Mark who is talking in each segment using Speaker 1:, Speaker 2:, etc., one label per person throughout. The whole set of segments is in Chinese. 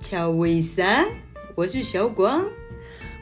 Speaker 1: 乔维莎，我是小广。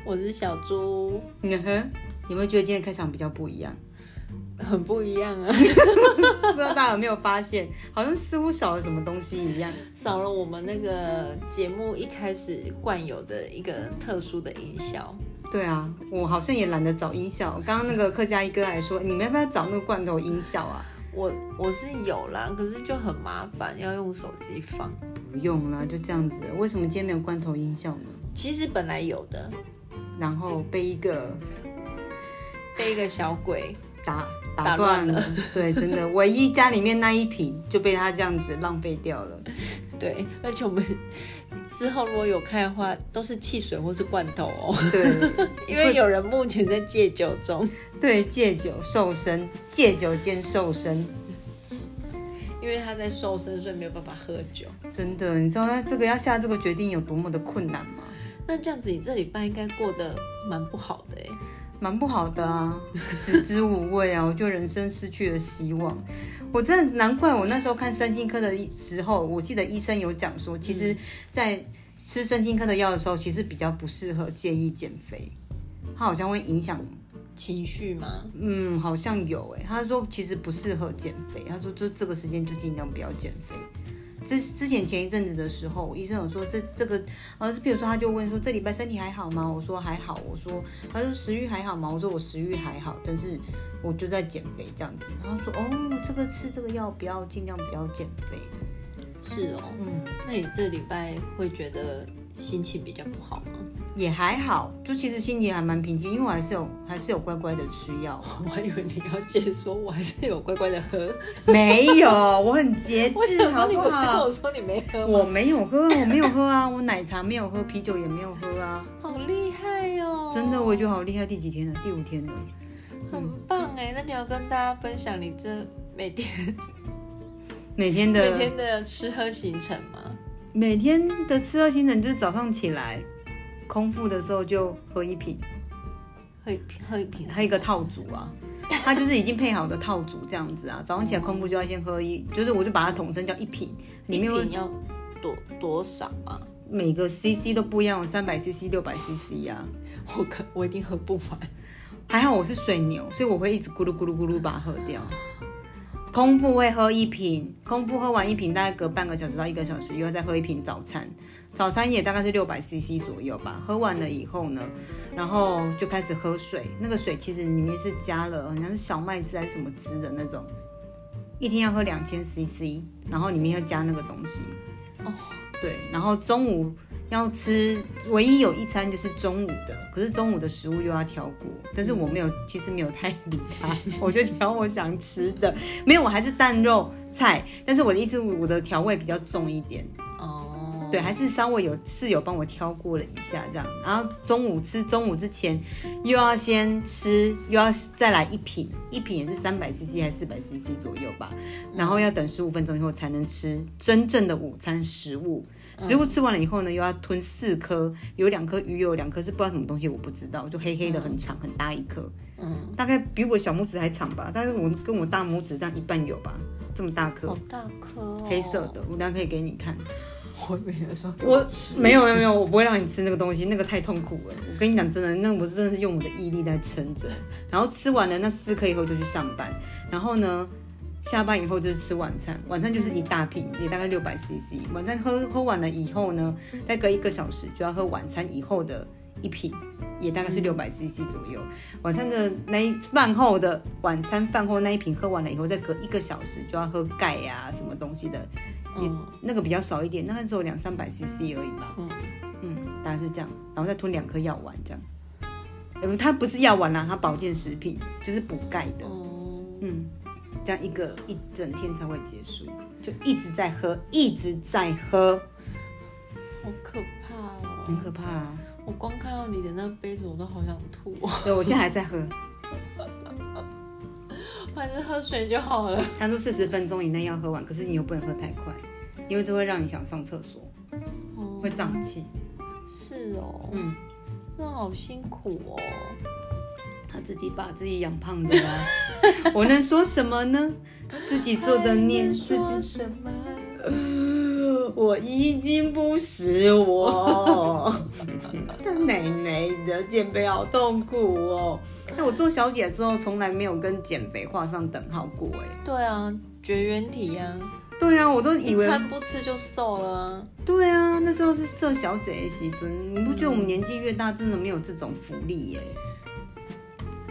Speaker 2: 我是小猪，
Speaker 1: 嗯哼，有没有觉得今天开场比较不一样？
Speaker 2: 很不一样啊，
Speaker 1: 不知道大家有没有发现，好像似乎少了什么东西一样。
Speaker 2: 少了我们那个节目一开始惯有的一个特殊的音效。
Speaker 1: 对啊，我好像也懒得找音效。刚刚那个客家一哥还说，你们要不要找那个罐头音效啊？
Speaker 2: 我我是有啦，可是就很麻烦，要用手机放。
Speaker 1: 不用啦，就这样子。为什么今天没有罐头音效呢？
Speaker 2: 其实本来有的，
Speaker 1: 然后被一个
Speaker 2: 被一个小鬼，
Speaker 1: 打
Speaker 2: 打乱
Speaker 1: 了。对，真的，唯一家里面那一瓶就被他这样子浪费掉了。
Speaker 2: 对，而且我们 之后如果有开的话，都是汽水或是罐头哦，
Speaker 1: 对，
Speaker 2: 因为有人目前在戒酒中，
Speaker 1: 对，戒酒瘦身，戒酒兼瘦身。
Speaker 2: 因为他在瘦身，所以没有办法喝酒。
Speaker 1: 真的，你知道他这个要下这个决定有多么的困难吗？
Speaker 2: 那这样子，你这礼拜应该过得蛮不好的哎。
Speaker 1: 蛮不好的啊， 食之无味啊，我就人生失去了希望。我真的难怪我那时候看身心科的时候，我记得医生有讲说，其实，在吃身心科的药的时候，其实比较不适合建议减肥，它好像会影响
Speaker 2: 情绪吗？
Speaker 1: 嗯，好像有诶、他说其实不适合减肥，他说就这个时间就尽量不要减肥。之之前前一阵子的时候，医生有说这这个，呃，比如说他就问说这礼拜身体还好吗？我说还好。啊我说他说食欲还好吗？我说我食欲还好，但是我就在减肥这样子。然后他说哦，这个吃这个药不要尽量不要减肥。
Speaker 2: 是哦，
Speaker 1: 嗯，
Speaker 2: 那你这礼拜会觉得心情比较不好吗？
Speaker 1: 也还好，就其实心情还蛮平静，因为我还是有还是有乖乖的吃药。
Speaker 2: 我还以为你要接说，我还是有乖乖的喝。
Speaker 1: 哎没有，我很节
Speaker 2: 我
Speaker 1: 制，
Speaker 2: 想
Speaker 1: 好
Speaker 2: 说，你
Speaker 1: 不
Speaker 2: 不是跟
Speaker 1: 好
Speaker 2: 我？说你没喝吗？
Speaker 1: 我没有喝，我没有喝啊，我奶茶没有喝，啤酒也没有喝啊。
Speaker 2: 好厉害哦！
Speaker 1: 真的，我觉得好厉害。第几天了？第五天了。
Speaker 2: 很棒哎！那你要跟大家分享你这每天
Speaker 1: 每天 的
Speaker 2: 每天的吃喝行程吗？
Speaker 1: 每天的吃喝行程就是早上起来空腹的时候就喝一瓶，
Speaker 2: 喝一瓶，喝一瓶，
Speaker 1: 还有一个套组啊，它就是已经配好的套组这样子啊。早上起来空腹就要先喝一，就是我就把它统称叫一瓶，里面
Speaker 2: 一
Speaker 1: 会
Speaker 2: 瓶啊要多多少啊？
Speaker 1: 每个 CC 都不一样，三百 CC、六百 CC 啊。
Speaker 2: 我可我一定喝不完。
Speaker 1: 还好我是水牛，所以我会一直咕噜咕噜咕噜把它喝掉。空腹会喝一瓶，空腹喝完一瓶，大概隔半个小时到一个小时，又要再喝一瓶早餐。早餐也大概是六百 CC 左右吧。喝完了以后呢，然后就开始喝水。那个水其实里面是加了，好像是小麦汁还是什么汁的那种，一天要喝两千 CC，然后里面要加那个东西。
Speaker 2: 哦，
Speaker 1: 对，然后中午要吃，唯一有一餐就是中午的，可是中午的食物又要挑过，但是我没有，其实没有太理他，我就挑我想吃的，没有，我还是蛋肉菜，但是我的意思，我的调味比较重一点，
Speaker 2: 哦，
Speaker 1: 对，还是稍微有室友帮我挑过了一下这样，然后中午吃中午之前又要先吃，又要再来一瓶，一瓶也是三百 CC 还是四百 CC 左右吧，然后要等十五分钟以后才能吃真正的午餐食物。食物吃完了以后呢，又要吞四颗，有两颗鱼油，有两颗是不知道什么东西，我不知道，就黑黑的，很长，很大一颗，
Speaker 2: 嗯，
Speaker 1: 大概比我小拇指还长吧，但是我跟我大拇指这样一半有吧，这么大颗
Speaker 2: 好，大颗哦，
Speaker 1: 黑色。的，我等下可以给你看。
Speaker 2: 我以为说给
Speaker 1: 我
Speaker 2: 吃
Speaker 1: 没有没有没有，我不会让你吃那个东西，那个太痛苦了。我跟你讲真的，那我真的是用我的毅力在撑着。然后吃完了那四颗以后就去上班，然后呢，下班以后就是吃晚餐，晚餐就是一大瓶，也大概六百 CC。晚餐喝喝完了以后呢，大概一个小时就要喝晚餐以后的一瓶，也大概是六百 CC 左右。晚餐的那一饭后的晚餐饭后那一瓶喝完了以后，再隔一个小时就要喝钙呀、什么东西的，也、
Speaker 2: 嗯
Speaker 1: 那个比较少一点，那个只有两三百 CC 而已吧。
Speaker 2: 嗯
Speaker 1: 嗯，大概是这样，然后再吞两颗药丸这样。呃，它不是药丸啦、它保健食品，就是补钙的。
Speaker 2: 哦。
Speaker 1: 嗯，这样一个一整天才会结束，就一直在喝，一直在喝，
Speaker 2: 好可怕
Speaker 1: 很
Speaker 2: 哦！
Speaker 1: 可怕啊！
Speaker 2: 我光看到你的那杯子，我都好想吐、哦。
Speaker 1: 对，我现在还在喝。
Speaker 2: 反正喝水就好了。
Speaker 1: 他说四十分钟以内要喝完，可是你又不能喝太快，因为这会让你想上厕所，
Speaker 2: 哦
Speaker 1: 会胀气。
Speaker 2: 是哦，
Speaker 1: 嗯，
Speaker 2: 那好辛苦哦。
Speaker 1: 他自己把自己养胖的啦、 我能说什么呢？自己做的孽，
Speaker 2: 还能
Speaker 1: 自
Speaker 2: 说
Speaker 1: 己
Speaker 2: 什么？
Speaker 1: 我衣经不食我。
Speaker 2: 哦，
Speaker 1: 但奶奶的减肥好痛苦哦。那我做小姐之后，从来没有跟减肥画上等号过哎。
Speaker 2: 对啊，绝缘体呀、啊，
Speaker 1: 对啊，我都以
Speaker 2: 一
Speaker 1: 为
Speaker 2: 餐不吃就瘦了啊。
Speaker 1: 对啊，那时候是这小姐的时尊，你不觉得我们年纪越大，真的没有这种福利哎耶？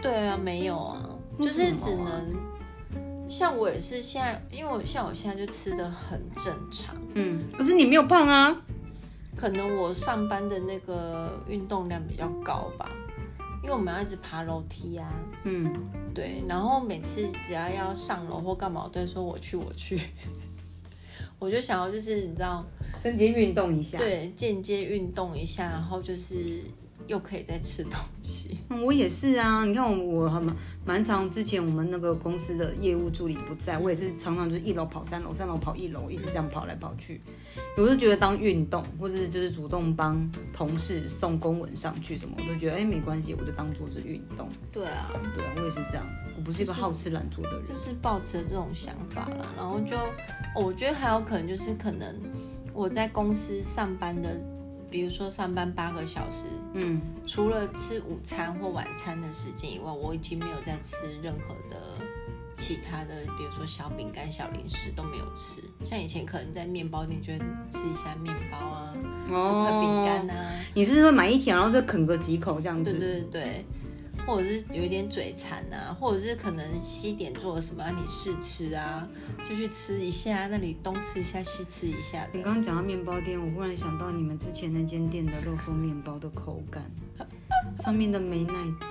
Speaker 2: 对啊，没有啊，
Speaker 1: 为
Speaker 2: 就
Speaker 1: 什么啊
Speaker 2: 是只能。像我也是现在，因为我像我现在就吃的很正常，
Speaker 1: 嗯，可是你没有胖啊。
Speaker 2: 可能我上班的那个运动量比较高吧，因为我们要一直爬楼梯啊，
Speaker 1: 嗯，
Speaker 2: 对，然后每次只要要上楼或干嘛，我都会说我去我去， 我就想要就是你知道，
Speaker 1: 增肌运动一下。，
Speaker 2: 对，间接运动一下，然后就是又可以再吃东西，
Speaker 1: 我也是啊。你看我，我很蛮蛮常之前我们那个公司的业务助理不在，我也是常常就是一楼跑三楼，三楼跑一楼，一直这样跑来跑去。我就觉得当运动，或者是就是主动帮同事送公文上去什么，我都觉得哎、没关系，我就当做是运动。
Speaker 2: 对啊，
Speaker 1: 对啊，我也是这样。我不是一个好吃懒做的人
Speaker 2: 就。是抱持这种想法啦，然后就、哦我觉得还有可能就是可能我在公司上班的，比如说上班八个小时，
Speaker 1: 嗯
Speaker 2: 除了吃午餐或晚餐的时间以外，我已经没有再吃任何的其他的，比如说小饼干、小零食都没有吃。像以前可能在面包店就会吃一下面包啊，
Speaker 1: 哦
Speaker 2: 吃块饼干啊，
Speaker 1: 你是会买一条，然后再啃个几口这样子？
Speaker 2: 对对对对，或者是有一点嘴馋啊，或者是可能西点做了什么让你试吃啊，就去吃一下，那里东吃一下西吃一下
Speaker 1: 你
Speaker 2: 的。
Speaker 1: 刚刚讲到面包店，我忽然想到你们之前那间店的肉松面包的口感，上面的美乃滋。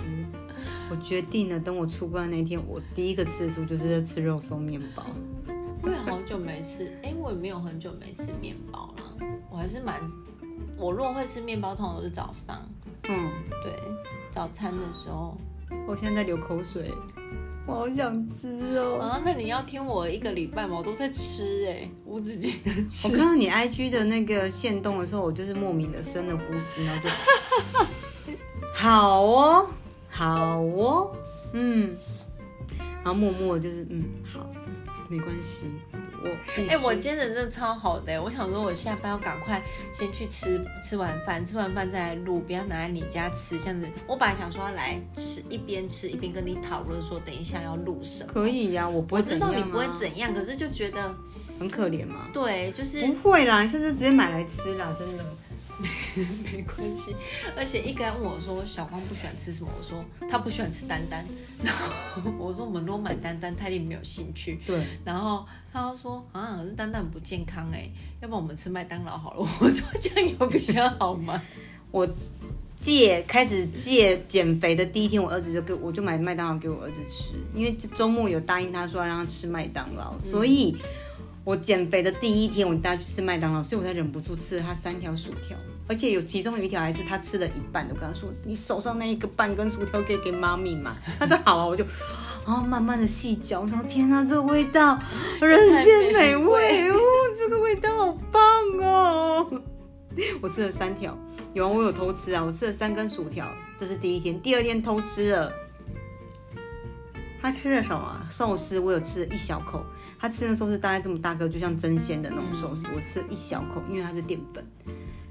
Speaker 1: 我决定了，等我出关那天，我第一个吃的时候就是在吃肉松面包。
Speaker 2: 我也好久没吃，哎、我也没有很久没吃面包了，我还是蛮，我如果会吃面包，通常都是早上，
Speaker 1: 嗯，
Speaker 2: 对，早餐的时候。
Speaker 1: 我现在流口水，我好想吃哦。
Speaker 2: 啊，那你要听我一个礼拜嘛，我都在吃哎、无止境的
Speaker 1: 我
Speaker 2: 吃
Speaker 1: 看。到你 IG 的那个线动的时候，我就是莫名的深了呼吸，然后就好哦，好哦，嗯，然后默默地就是嗯好，没关系，我
Speaker 2: 哎、我今天人真的超好的、欸，我想说我下班要赶快先去吃，吃完饭，吃完饭再来录，不要拿来你家吃这样子。我本来想说要来吃，一边吃一边跟你讨论说等一下要录什么。
Speaker 1: 可以呀、我不
Speaker 2: 我
Speaker 1: 会
Speaker 2: 知
Speaker 1: 怎
Speaker 2: 道
Speaker 1: 样、啊，
Speaker 2: 你不会怎样，可是就觉得
Speaker 1: 很可怜嘛。
Speaker 2: 对，就是
Speaker 1: 不会啦，你下次直接买来吃啦，真的。
Speaker 2: 没关系。而且一个人问我说小光不喜欢吃什么，我说他不喜欢吃丹丹，然后我说我们如果买丹丹，他一定没有兴趣。
Speaker 1: 对，
Speaker 2: 然后他就说啊，可是丹丹很不健康哎，要不然我们吃麦当劳好了。 我说这样有比较好吗？
Speaker 1: 我戒开始戒减肥的第一天，我儿子就给我就买麦当劳给我儿子吃，因为这周末有答应他说要让他吃麦当劳，所以我减肥的第一天我带他去吃麦当劳，所以我才忍不住吃了他三条薯条，而且有其中有一条还是他吃了一半的，我跟他说你手上那一个半根薯条可以给妈咪嘛， 他说好啊，我就。然后慢慢的细嚼，我说天哪，这味道，人间美味哦，这个味道好棒哦！ 我吃了三条，有啊，我有偷吃啊，我吃了三根薯条，这是第一天。第二天偷吃了，他吃了什么啊寿司？我有吃了一小口，他吃的寿司大概这么大个，就像真鲜的那种寿司，我吃了一小口，因为它是淀粉。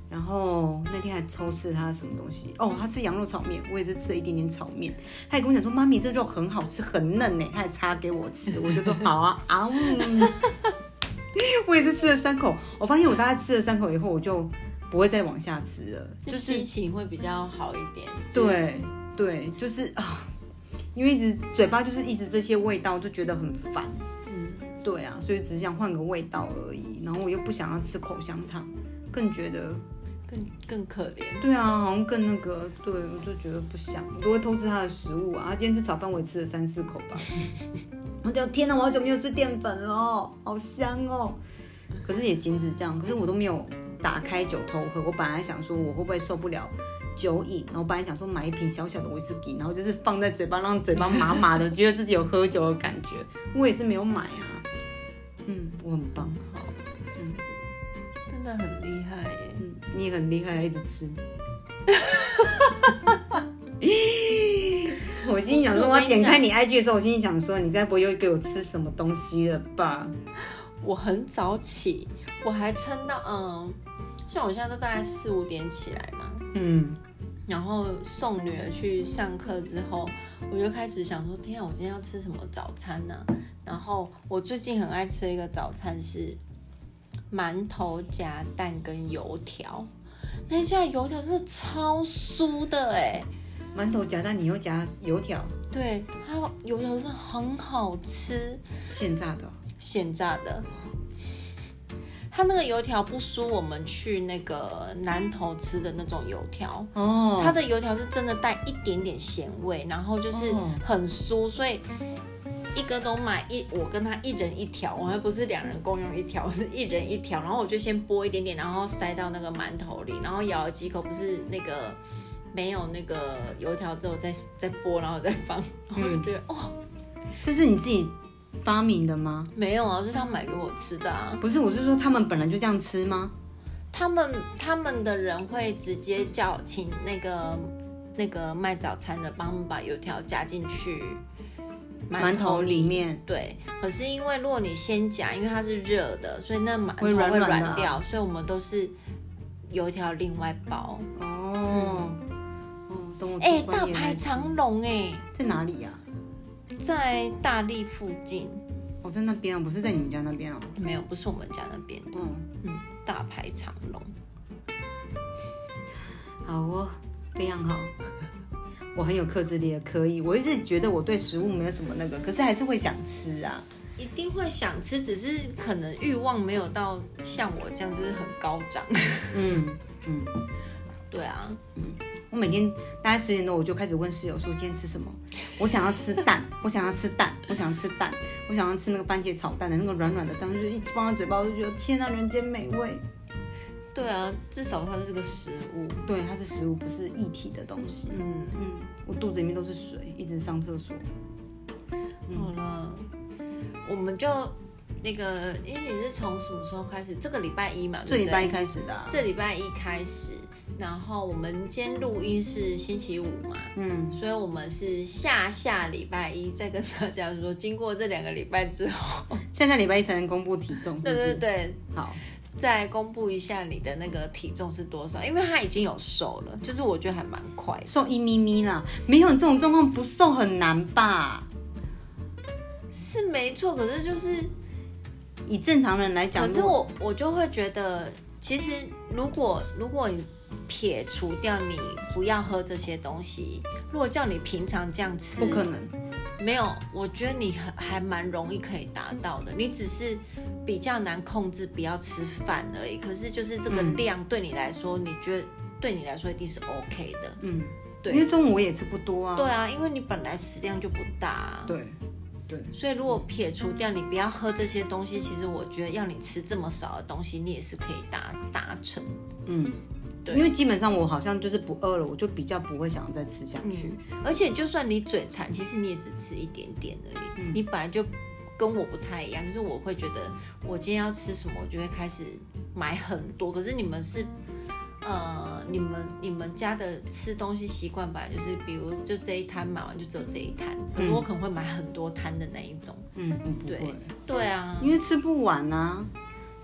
Speaker 1: 然后那天还偷吃他什么东西哦，他吃羊肉炒面，我也是吃了一点点炒面。他也跟我讲说：“妈咪，这肉很好吃，很嫩欸呢。”他还擦给我吃，我就说：“好啊，啊呜。 我也是吃了三口，我发现我大概吃了三口以后，我就不会再往下吃了，
Speaker 2: 就
Speaker 1: 就是
Speaker 2: 心情会比较好一点。就是，
Speaker 1: 对对，就是啊，因为一直嘴巴就是一直这些味道，就觉得很烦。
Speaker 2: 嗯，
Speaker 1: 对啊，所以只想换个味道而已。然后我又不想要吃口香糖，更觉得
Speaker 2: 更更可怜。
Speaker 1: 对啊，好像更那个，对我就觉得不想，我都会偷吃他的食物啊。他今天吃炒饭，我也吃了三四口吧。我就天哪，我好久没有吃淀粉了哦，好香哦。可是也仅止这样，可是我都没有打开酒偷喝。我本来想说我会不会受不了酒瘾，然后本来想说买一瓶小小的威士忌，然后就是放在嘴巴，让嘴巴麻麻的，觉得自己有喝酒的感觉。我也是没有买啊。嗯，我很棒，
Speaker 2: 好，
Speaker 1: 嗯
Speaker 2: 真的很厉害耶。
Speaker 1: 嗯，你也很厉害，一直吃。 我心想说，我点开你 IG 的时候，我心里想说，你该不会又给我吃什么东西了吧？
Speaker 2: 我很早起，我还撑到嗯，像我现在都大概四五点起来嘛，
Speaker 1: 嗯，
Speaker 2: 然后送女儿去上课之后，我就开始想说，天啊，我今天要吃什么早餐呢、啊然后我最近很爱吃的一个早餐是馒头夹蛋跟油条，那家的油条真的超酥的哎、
Speaker 1: 馒头夹蛋，你又夹油条，
Speaker 2: 对，它油条真的很好吃，
Speaker 1: 现炸的哦、
Speaker 2: 现炸的。它那个油条不输我们去那个南头吃的那种油条，
Speaker 1: 哦，
Speaker 2: 它的油条是真的带一点点咸味，然后就是
Speaker 1: 哦
Speaker 2: 很酥，所以一个都买一，我跟他一人一条，我还不是两人共用一条，是一人一条。然后我就先剥一点点，然后塞到那个馒头里，然后咬了几口，不是那个没有那个油条之后再再剥，然后再放，然后我就觉得、哦，
Speaker 1: 这是你自己发明的吗？
Speaker 2: 没有啊，就是他买给我吃的啊。
Speaker 1: 不是，我是说他们本来就这样吃吗？
Speaker 2: 他们他们的人会直接叫请那个那个卖早餐的帮我们把油条加进去
Speaker 1: 馒头里。面，
Speaker 2: 对，可是因为如果你先夹，因为它是热的，所以那馒头
Speaker 1: 会软
Speaker 2: 会
Speaker 1: 软的
Speaker 2: 软掉，所以我们都是油条另外包。
Speaker 1: 哦，哦，懂我。
Speaker 2: 哎、大排长龙哎、
Speaker 1: 在哪里呀、
Speaker 2: 在大力附近
Speaker 1: 我、在那边啊，不是在你们家那边哦。
Speaker 2: 没有，不是我们家那边的。
Speaker 1: 嗯，
Speaker 2: 嗯，大排长龙。
Speaker 1: 好哦，非常好。 我很有克制力的，可以。我一直觉得我对食物没有什么那个，可是还是会想吃啊。
Speaker 2: 一定会想吃，只是可能欲望没有到像我这样就是很高涨。
Speaker 1: 嗯嗯，
Speaker 2: 对啊，
Speaker 1: 我每天大概十点多我就开始问室友说今天吃什么，我想要吃蛋， 我想要吃蛋，我想要吃蛋，我想要吃那个番茄炒蛋的那个软软的蛋，就一直放在嘴巴，我就觉得天呐，人间美味。
Speaker 2: 对啊，至少它是个食物。
Speaker 1: 对，它是食物，不是液体的东西。
Speaker 2: 嗯，
Speaker 1: 嗯，啊我肚子里面都是水，一直上厕所。
Speaker 2: 好啦，我们就那个，因为你是从什么时候开始？这个礼拜一嘛，
Speaker 1: 这
Speaker 2: 对不
Speaker 1: 礼拜一
Speaker 2: 对？
Speaker 1: 开始的、啊，
Speaker 2: 这礼拜一开始，然后我们今天录音是星期五嘛，
Speaker 1: 嗯，
Speaker 2: 所以我们是下下礼拜一再跟大家说，经过这两个礼拜之后，
Speaker 1: 下下礼拜一才能公布体重。是不
Speaker 2: 对
Speaker 1: 是
Speaker 2: 对对，
Speaker 1: 好，
Speaker 2: 再公布一下你的那个体重是多少，因为他已经有瘦了，就是我觉得还蛮快的。
Speaker 1: 瘦一咪咪啦，没有你这种状况不瘦很难吧？
Speaker 2: 是没错，可是就是
Speaker 1: 以正常人来讲，
Speaker 2: 可是
Speaker 1: 如果
Speaker 2: 我我就会觉得，其实如果如果你撇除掉你不要喝这些东西，如果叫你平常这样吃，
Speaker 1: 不可能，
Speaker 2: 没有。我觉得你还还蛮容易可以达到的，你只是比较难控制不要吃饭而已。可是就是这个
Speaker 1: 嗯
Speaker 2: 量对你来说，你觉得对你来说一定是 OK 的。
Speaker 1: 嗯，
Speaker 2: 对
Speaker 1: 因为中午我也吃不多啊。
Speaker 2: 对啊，因为你本来食量就不大、啊，
Speaker 1: 对对，
Speaker 2: 所以如果撇除掉你不要喝这些东西，其实我觉得要你吃这么少的东西，你也是可以达达成。
Speaker 1: 嗯，
Speaker 2: 对
Speaker 1: 因为基本上我好像就是不饿了，我就比较不会想要再吃下去。
Speaker 2: 嗯，而且就算你嘴馋，其实你也只吃一点点而已。
Speaker 1: 嗯
Speaker 2: 你本来就跟我不太一样，就是我会觉得我今天要吃什么，我就会开始买很多。可是你们是，呃，你们你们家的吃东西习惯本来就是，比如就这一摊买完就只有这一摊，可是我可能会买很多摊的那一种。
Speaker 1: 嗯，我不
Speaker 2: 对
Speaker 1: 会，
Speaker 2: 对啊，
Speaker 1: 因为吃不完啊，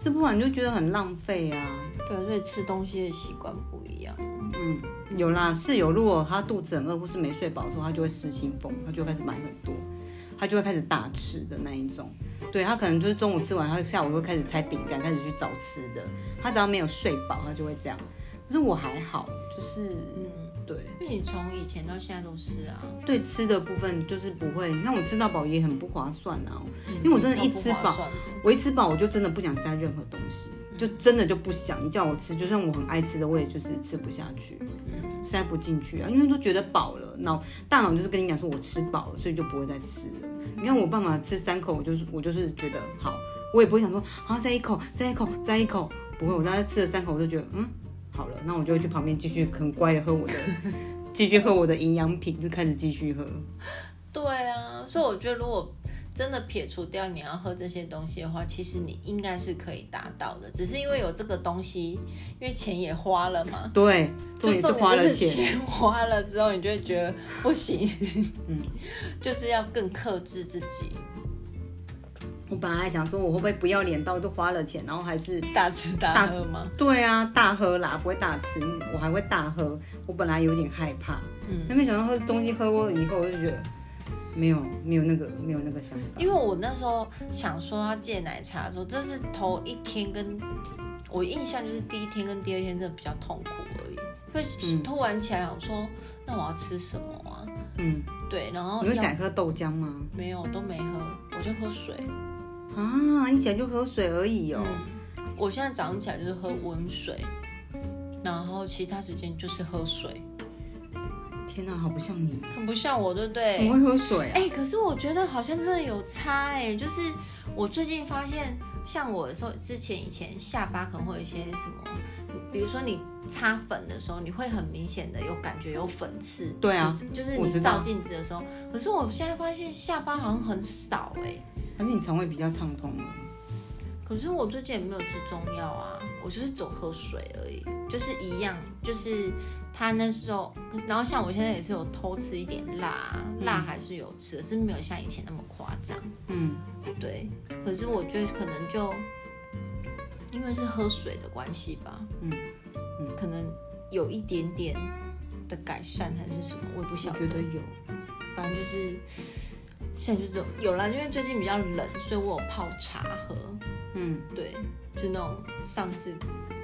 Speaker 1: 吃不完就觉得很浪费啊。
Speaker 2: 对啊，所以吃东西的习惯不一样。
Speaker 1: 嗯，有啦，室友如果他肚子很饿或是没睡饱的时候，他就会失心疯，他就会开始买很多，他就会开始大吃的那一种。对他可能就是中午吃完，他下午会开始拆饼干，开始去找吃的。他只要没有睡饱，他就会这样。可是我还好，就是
Speaker 2: 嗯，
Speaker 1: 对
Speaker 2: 因为你从以前到现在都是啊，
Speaker 1: 对吃的部分就是不会。你看我吃到饱也很不划算啊，因为我真的一吃
Speaker 2: 嗯超不划
Speaker 1: 饱，
Speaker 2: 算的
Speaker 1: 我一吃饱我就真的不想塞任何东西，就真的就不想。你叫我吃，就算我很爱吃的，我也就是吃不下去。
Speaker 2: 嗯。
Speaker 1: 塞不进去啊，因为都觉得饱了，脑大脑就是跟你讲说我吃饱了，所以就不会再吃了。你看我爸妈吃三口，我就是我就是觉得好，我也不会想说啊再一口再一口再一口，不会，我大概吃了三口我就觉得嗯好了，那我就会去旁边继续很乖的喝我的， 继续喝我的营养品，就开始继续喝。
Speaker 2: 对啊，所以我觉得如果真的撇除掉你要喝这些东西的话，其实你应该是可以达到的，只是因为有这个东西，因为钱也花了嘛。
Speaker 1: 对，重点
Speaker 2: 就重
Speaker 1: 花
Speaker 2: 点
Speaker 1: 了
Speaker 2: 就是
Speaker 1: 钱，
Speaker 2: 钱花了之后，你就会觉得不行，
Speaker 1: 嗯，
Speaker 2: 就是要更克制自己。
Speaker 1: 我本来想说我会不会不要脸到都花了钱，然后还是
Speaker 2: 大吃大喝吗？
Speaker 1: 对啊大喝啦，不会大吃，我还会大喝。我本来有点害怕，
Speaker 2: 嗯，
Speaker 1: 那没想到喝东西喝过以后，我就觉得没有没有那个没有那个想法
Speaker 2: 因。为我那时候想说要戒奶茶的时候，这是头一天跟我印象就是第一天跟第二天真的比较痛苦而已，会
Speaker 1: 嗯
Speaker 2: 突然起来想说，那我要吃什么啊？
Speaker 1: 嗯，
Speaker 2: 对，然后
Speaker 1: 你会
Speaker 2: 哦要
Speaker 1: 想喝豆浆吗？
Speaker 2: 没有都没喝，我就喝水。
Speaker 1: 啊，你想就喝水而已哦。
Speaker 2: 嗯，我现在早上起来就是喝温水，然后其他时间就是喝水，
Speaker 1: 天哪，好不像你，
Speaker 2: 很不像我，对不嗯对？
Speaker 1: 怎么会喝水啊？
Speaker 2: 哎、可是我觉得好像真的有差哎、就是我最近发现，像我的时候，之前以前下巴可能会有一些什么，比如说你擦粉的时候，你会很明显的有感觉有粉刺，
Speaker 1: 对啊
Speaker 2: 你就是
Speaker 1: 我
Speaker 2: 你
Speaker 1: 知道
Speaker 2: 照镜子的时候。可是我现在发现下巴好像很少哎、
Speaker 1: 还是你肠胃比较畅通啊了？
Speaker 2: 可是我最近也没有吃中药啊，我就是走喝水而已，就是一样，就是他那时候，可是然后像我现在也是有偷吃一点辣啊，辣还是有吃，可是没有像以前那么夸张。
Speaker 1: 嗯，
Speaker 2: 对，可是我觉得可能就因为是喝水的关系吧，
Speaker 1: 嗯，
Speaker 2: 可能有一点点的改善还是什么，我也不晓
Speaker 1: 我
Speaker 2: 得
Speaker 1: 觉。得有。
Speaker 2: 反正就是现在就只有有啦，因为最近比较冷，所以我有泡茶喝。
Speaker 1: 嗯，
Speaker 2: 对，就那种上次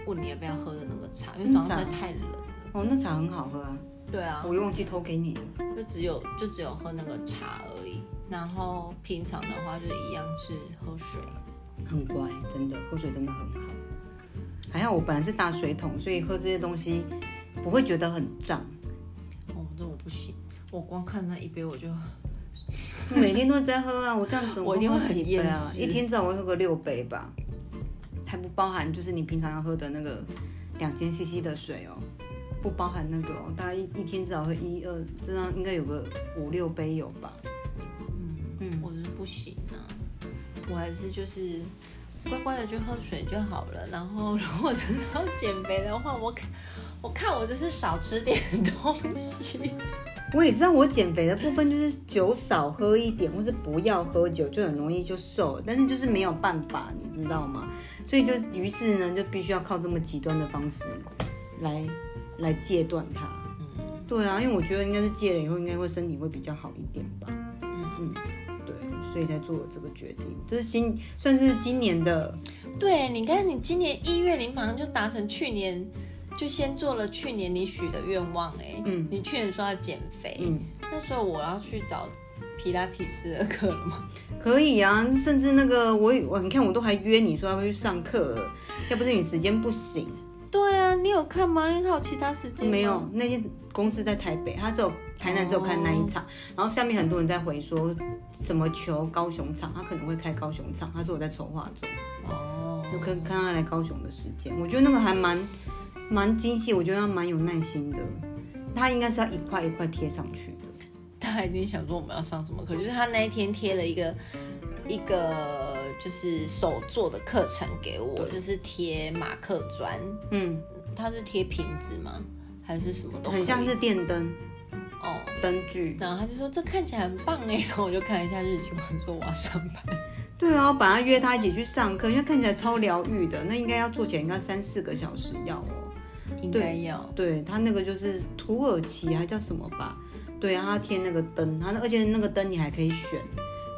Speaker 2: 问你要不要喝的那个茶，因为早上
Speaker 1: 嗯
Speaker 2: 喝
Speaker 1: 茶
Speaker 2: 太冷了。
Speaker 1: 哦，那茶很好喝啊，
Speaker 2: 对啊，
Speaker 1: 我又忘记偷给你了。
Speaker 2: 就只有就只有喝那个茶而已。然后平常的话就一样是喝水。
Speaker 1: 很乖，真的喝水真的很好。还好我本来是大水桶，所以喝这些东西不会觉得很胀。
Speaker 2: 哦，这我不行，我光看那一杯我就
Speaker 1: 每天都在喝啊，我这样子
Speaker 2: 我一定会
Speaker 1: 喝
Speaker 2: 很
Speaker 1: 几杯
Speaker 2: 厌
Speaker 1: 啊？
Speaker 2: 世
Speaker 1: 一天至少我会喝个六杯吧，还不包含就是你平常要喝的那个两千 CC 的水哦，不包含那个哦，大概一一天至少喝一二，这样应该有个五六杯有吧？
Speaker 2: 嗯
Speaker 1: 嗯
Speaker 2: 我就是不行啊，我还是就是乖乖的去喝水就好了。然后 如果真的要减肥的话，我看我看我就是少吃点东西。
Speaker 1: 我也知道我减肥的部分就是酒少喝一点，或是不要喝酒，就很容易就瘦了。但是就是没有办法，你知道吗？所以就于是呢，就必须要靠这么极端的方式来来戒断它。
Speaker 2: 嗯
Speaker 1: 对啊，因为我觉得应该是戒了以后，应该会身体会比较好一点吧。
Speaker 2: 嗯，
Speaker 1: 对，所以才做了这个决定。这是新算是今年的，
Speaker 2: 对，你看你今年一月，你马上就达成去年。就先做了去年你许的愿望哎、
Speaker 1: 嗯
Speaker 2: 你去年说要减肥，
Speaker 1: 嗯，
Speaker 2: 那时候我要去找皮拉提斯的课了吗？
Speaker 1: 可以啊。甚至那个我我你看我都还约你说要不要去上课了，要不是你时间不行。
Speaker 2: 对啊，你有看吗？你还有其他时间吗
Speaker 1: 没有，那间公司在台北，他只有台南只有开那一
Speaker 2: 哦
Speaker 1: 场，然后下面很多人在回说什么求高雄场，他可能会开高雄场，他说我在筹划中，
Speaker 2: 哦，
Speaker 1: 就看看他来高雄的时间，我觉得那个还蛮蛮精细，我觉得他蛮有耐心的，他应该是要一块一块贴上去的，
Speaker 2: 他一定想说我们要上什么课，就是他那一天贴了一个一个就是手做的课程给我，就是贴马克砖，
Speaker 1: 嗯，
Speaker 2: 它是贴瓶子吗？还是什么都可以
Speaker 1: 很像是电灯
Speaker 2: 哦。
Speaker 1: 灯具，
Speaker 2: 然后他就说这看起来很棒哎， 然后我就看了一下日期，我说我要上班。
Speaker 1: 对啊，我本来约他一起去上课，因为看起来超疗愈的，那应该要做起来应该三四个小时要哦。
Speaker 2: 应该要，
Speaker 1: 对他那个就是土耳其还叫什么吧？对啊，他贴那个灯，他那而且那个灯你还可以选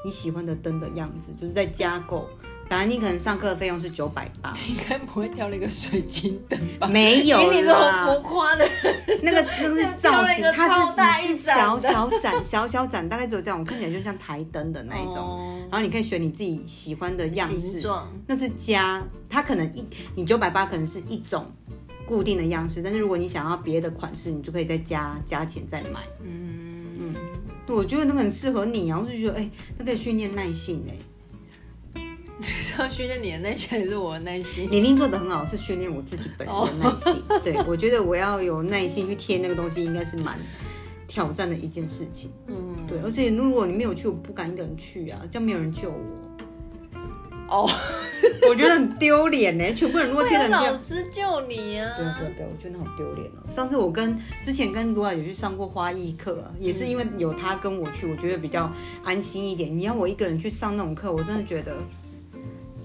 Speaker 1: 你喜欢的灯的样子，就是在加购。本来你可能上课的费用是九百八，
Speaker 2: 应该不会挑了一个水晶灯吧？
Speaker 1: 没有
Speaker 2: 因为你这
Speaker 1: 啦
Speaker 2: 种浮夸的人，
Speaker 1: 那个那个是造型，
Speaker 2: 挑了一个超
Speaker 1: 它
Speaker 2: 大
Speaker 1: 是
Speaker 2: 一
Speaker 1: 只是
Speaker 2: 盏
Speaker 1: 小
Speaker 2: 的
Speaker 1: 小盏、小小盏，大概只有这样，我看起来就像台灯的那一种。
Speaker 2: 哦
Speaker 1: 然后你可以选你自己喜欢的样
Speaker 2: 形
Speaker 1: 式，
Speaker 2: 状。
Speaker 1: 那是加，它可能一你九百八可能是一种固定的样式，但是如果你想要别的款式，你就可以再加加钱再买。
Speaker 2: 嗯，
Speaker 1: 对我觉得那个很适合你啊，我就觉得哎、那可以训练耐性哎、
Speaker 2: 就是要训练你的耐心，还是我的耐心？
Speaker 1: 玲玲做的很好，是训练我自己本人的耐性。对我觉得我要有耐心去贴那个东西，应该是蛮挑战的一件事情。
Speaker 2: 嗯，
Speaker 1: 对，而且如果你没有去，我不敢一个人去啊，这样没有人救我。
Speaker 2: 哦，
Speaker 1: 我觉得很丢脸呢，全部人如果
Speaker 2: 会
Speaker 1: 贴
Speaker 2: 有
Speaker 1: 成这
Speaker 2: 啊老
Speaker 1: 样。
Speaker 2: 师救你
Speaker 1: 对啊，对
Speaker 2: 啊！
Speaker 1: 啊，对啊，我觉得那好丢脸哦。上次我跟之前跟卢雅有去上过花艺课、啊，也是因为
Speaker 2: 嗯
Speaker 1: 有他跟我去，我觉得比较安心一点。你要我一个人去上那种课，我真的觉得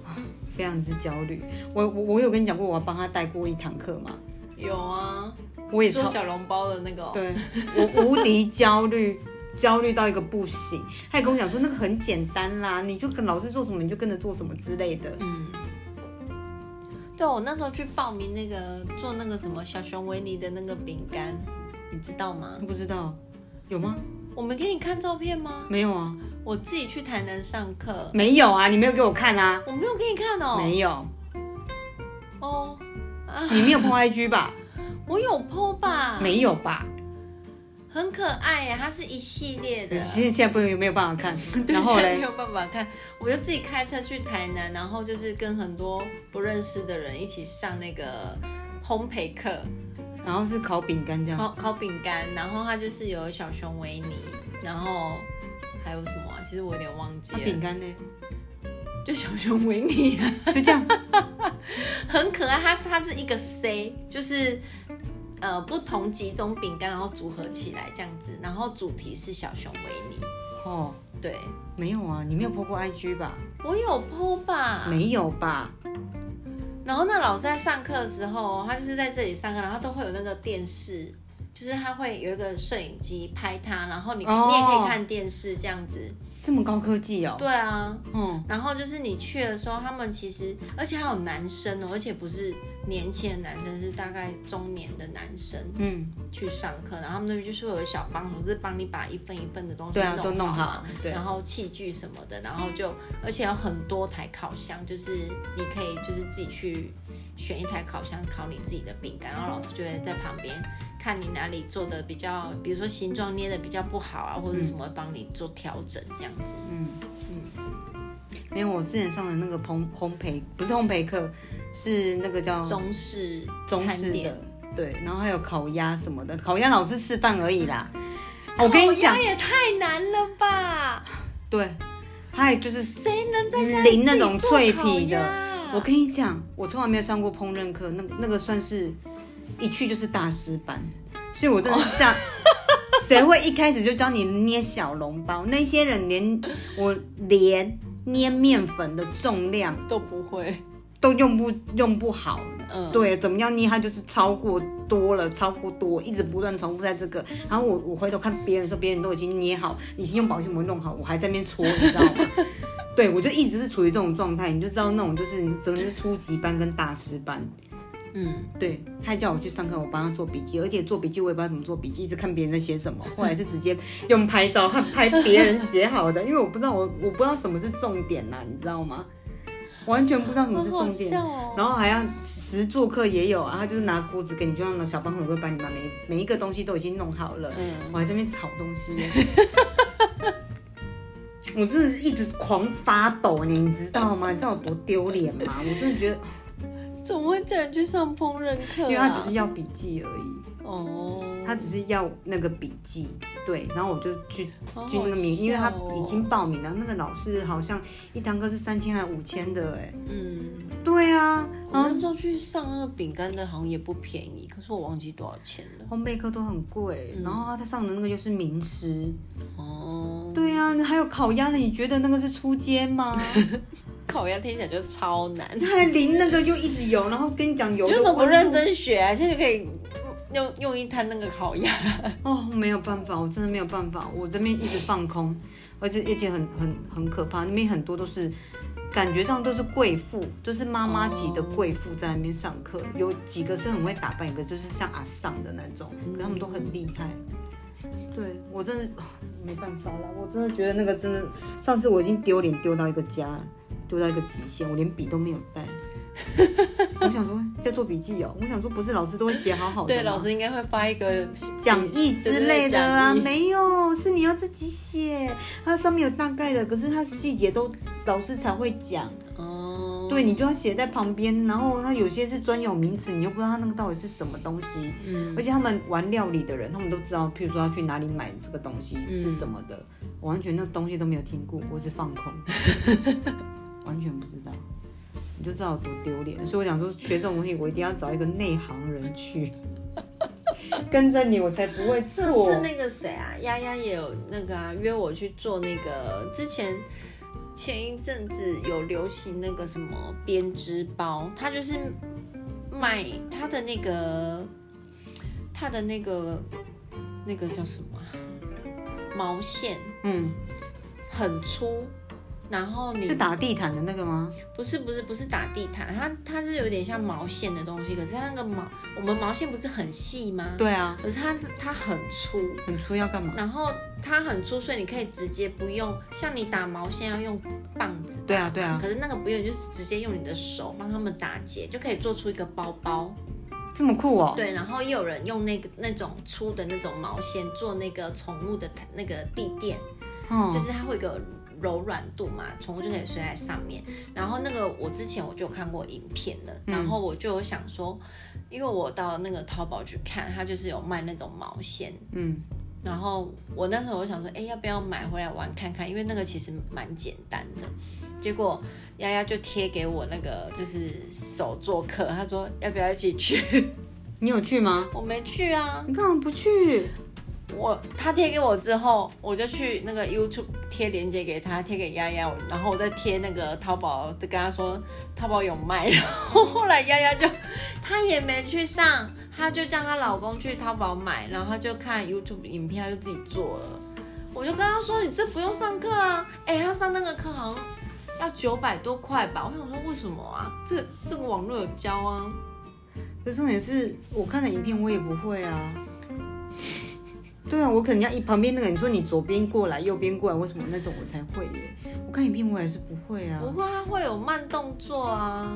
Speaker 1: 啊非常之焦虑。我我我有跟你讲过，我要帮他带过一堂课嘛，
Speaker 2: 有啊，
Speaker 1: 我也超
Speaker 2: 做小笼包的那个哦，
Speaker 1: 对我无敌焦虑，焦虑到一个不行。他也跟我讲说那个很简单啦，你就跟老师做什么你就跟着做什么之类的。
Speaker 2: 嗯，对啊我那时候去报名那个做那个什么小熊维尼的那个饼干，你知道吗？
Speaker 1: 不知道有吗？
Speaker 2: 我没给你看照片吗？
Speaker 1: 没有啊，
Speaker 2: 我自己去台南上课，
Speaker 1: 没有啊，你没有给我看啊，
Speaker 2: 我没有给你看哦。
Speaker 1: 没有，
Speaker 2: 哦，啊，
Speaker 1: 你没 有碰 IG 吧？
Speaker 2: 我有 PO 吧？，
Speaker 1: 没有吧？
Speaker 2: 很可爱耶，它是一系列的。，
Speaker 1: 其实现在不能没有办法看
Speaker 2: 啊 对，
Speaker 1: 然后
Speaker 2: 现在没
Speaker 1: 嘞，
Speaker 2: 有办法看，我就自己开车去台南，然后就是跟很多不认识的人一起上那个烘焙课，
Speaker 1: 然后是烤饼干这样，
Speaker 2: 烤烤饼干，然后它就是有小熊维尼，然后还有什么、啊？其实我有点忘记
Speaker 1: 那饼
Speaker 2: 了，
Speaker 1: 干嘞，
Speaker 2: 就小熊维尼啊，
Speaker 1: 就这样，
Speaker 2: 很可爱。它它是一个 C，就是呃不同几种饼干，然后组合起来这样子，然后主题是小熊维尼。
Speaker 1: 哦，
Speaker 2: 对，
Speaker 1: 没有啊，你没有碰过 IG 吧？
Speaker 2: 我有 PO 吧？
Speaker 1: 没有吧？
Speaker 2: 然后那老师在上课的时候，他就是在这里上课，然后都会有那个电视，就是他会有一个摄影机拍他，然后你、
Speaker 1: 哦
Speaker 2: 你也可以看电视这样子。
Speaker 1: 这么高科技哦，
Speaker 2: 对啊，
Speaker 1: 嗯，
Speaker 2: 然后就是你去的时候，他们其实而且还有男生哦，而且不是年轻的男生，是大概中年的男生
Speaker 1: 嗯，
Speaker 2: 去上课，然后他们那边就是会有小帮手，就是帮你把一份一份的东西
Speaker 1: 对啊，都弄
Speaker 2: 好嗯嘛
Speaker 1: 好，对
Speaker 2: 然，后器具什么的，然后就而且有很多台烤箱，就是你可以就是自己去选一台烤箱烤你自己的饼干，然后老师就会在旁边看你哪里做的比较，比如说形状捏的比较不好啊，或者什么帮你做调整这样子。
Speaker 1: 嗯，嗯，没有，我之前上的那个烘烘焙不是烘焙课，是那个叫
Speaker 2: 中式
Speaker 1: 中
Speaker 2: 餐
Speaker 1: 式
Speaker 2: 点
Speaker 1: 的，，对，然后还有烤鸭什么的，烤鸭老师示范而已啦。我跟你讲
Speaker 2: 烤鸭，哦也太难了吧？
Speaker 1: 对，还有就是，
Speaker 2: 谁能在家里
Speaker 1: 淋那
Speaker 2: 自己
Speaker 1: 种
Speaker 2: 做
Speaker 1: 脆
Speaker 2: 烤
Speaker 1: 皮的
Speaker 2: 鸭
Speaker 1: 我跟你讲，我从来没有上过烹饪课，那那个算是一去就是大师班，所以我真的是 下。谁会一开始就教你捏小笼包？那些人连我连捏面粉的重量
Speaker 2: 都不会，
Speaker 1: 都用不用不好。
Speaker 2: 嗯
Speaker 1: 对，怎么样捏它就是超过多了，超过多，一直不断重复在这个。然后我我回头看别人说，别人都已经捏好，已经用保鲜膜弄好，我还在那边搓，你知道吗？对，我就一直是处于这种状态，你就知道那种就是你真的是初级班跟大师班。
Speaker 2: 嗯，
Speaker 1: 对，他还叫我去上课，我帮他做笔记，而且做笔记我也不知道怎么做笔记，一直看别人在写什么。后来是直接用拍照看拍别人写好的，因为我不知道我我不知道什么是重点呐、你知道吗？完全不知道什么
Speaker 2: 好
Speaker 1: 是
Speaker 2: 好
Speaker 1: 重点。
Speaker 2: 笑哦。
Speaker 1: 然后还要实做课也有啊，他就是拿锅子给你，就像小帮手会帮你把每每一个东西都已经弄好了。
Speaker 2: 嗯，
Speaker 1: 我还在那边炒东西 耶，我真的是一直狂发抖呢，你知道吗？你知道有多丢脸吗？我真的觉得，
Speaker 2: 怎么会叫你去上烹饪课、
Speaker 1: 因
Speaker 2: 啊？
Speaker 1: 为他只是要笔记而已，
Speaker 2: 哦，
Speaker 1: 他只是要那个笔记。对，然后我就去
Speaker 2: 哦好好
Speaker 1: 去那个名，因为他
Speaker 2: 笑哦
Speaker 1: 已经报名了。那个老师好像一堂课是三千还五千的，哎，
Speaker 2: 嗯，
Speaker 1: 对啊，
Speaker 2: 我
Speaker 1: 然后
Speaker 2: 那时候去上那个饼干的好像也不便宜，可是我忘记多少钱了。
Speaker 1: 烘焙课都很贵，
Speaker 2: 嗯
Speaker 1: 然后他上的那个又是名师，
Speaker 2: 哦，
Speaker 1: 对啊，还有烤鸭呢，你觉得那个是出街 吗？
Speaker 2: 烤鸭听起来就超难，
Speaker 1: 他还淋那个又一直油，然后跟你讲油
Speaker 2: 你
Speaker 1: 的
Speaker 2: 为什么不
Speaker 1: 温度
Speaker 2: 认真学啊？现在就可以用用一摊那个烤鸭。
Speaker 1: 哦，没有办法，我真的没有办法，我这边一直放空，而且而且很很很可怕，那边很多都是感觉上都是贵妇，就是妈妈级的贵妇在那边上课，有几个是很会打扮，有个就是像阿桑的那种，
Speaker 2: 嗯
Speaker 1: 可他们都很厉害。对我真的 哦没办法了，我真的觉得那个真的，上次我已经丢脸丢到一个家，丢到一个极限，我连笔都没有 带。我想说在做笔记哦，我想说不是老师都会写好好的吗
Speaker 2: 对，老师应该会发一个
Speaker 1: 讲义之类的啊，
Speaker 2: 对对对讲义
Speaker 1: 没有，是你要自己写，它上面有大概的，可是它细节都老师才会讲，
Speaker 2: 哦，
Speaker 1: 对你就要写在旁边，然后它有些是专有名词，你又不知道它那个到底是什么东西，
Speaker 2: 嗯
Speaker 1: 而且他们玩料理的人，他们都知道，譬如说要去哪里买这个东西吃什么的，我完全那东西都没有听过，我是放空，完全不知道，你就知道有多丢脸。所以我想说，学这种东西，我一定要找一个内行人去跟着你，我才不会错。
Speaker 2: 是那个谁啊，丫丫也有那个啊，约我去做那个之前。前一阵子有流行那个什么编织包，它就是卖它的那个它的那个那个叫什么啊毛线
Speaker 1: 嗯，
Speaker 2: 很粗，然后你
Speaker 1: 是打地毯的那个吗？
Speaker 2: 不是不是不是打地毯，它它是有点像毛线的东西，可是它那个毛我们毛线不是很细吗？，
Speaker 1: 对啊，
Speaker 2: 可是它它很粗，
Speaker 1: 很粗要干嘛？
Speaker 2: 然后它很粗，所以你可以直接不用，像你打毛线要用棒子。
Speaker 1: 对啊，对啊，
Speaker 2: 可是那个不用，就是直接用你的手帮他们打结，就可以做出一个包包。
Speaker 1: 这么酷哦。
Speaker 2: 对，然后也有人用那个那种粗的那种毛线做那个宠物的那个地垫，
Speaker 1: 嗯，
Speaker 2: 就是它会有一个柔软度嘛，宠物就可以睡在上面。然后那个我之前我就有看过影片了，
Speaker 1: 嗯
Speaker 2: 然后我就有想说，因为我到那个淘宝去看，它就是有卖那种毛线，
Speaker 1: 嗯，
Speaker 2: 然后我那时候我想说，哎，要不要买回来玩看看？因为那个其实蛮简单的。结果丫丫就贴给我那个就是手作课，她说要不要一起去？
Speaker 1: 你有去吗？
Speaker 2: 我没去啊。
Speaker 1: 你干嘛不去？
Speaker 2: 我她贴给我之后，我就去那个 YouTube 贴链接给她，贴给丫丫，我然后我再贴那个淘宝，就跟她说淘宝有卖。然后后来丫丫就她也没去上，她就叫她老公去淘宝买，然后她就看 YouTube 影片，她就自己做了。我就跟她说：“你这不用上课啊！”哎、她上那个课好像要九百多块吧？我想说为什么啊？这这个网络有教啊。
Speaker 1: 可是重点是我看的影片，我也不会啊。对啊，我可能要一旁边那个，你说你左边过来，右边过来，为什么那种我才会耶？我看影片我也是不会啊
Speaker 2: 不。会，它会有慢动作啊，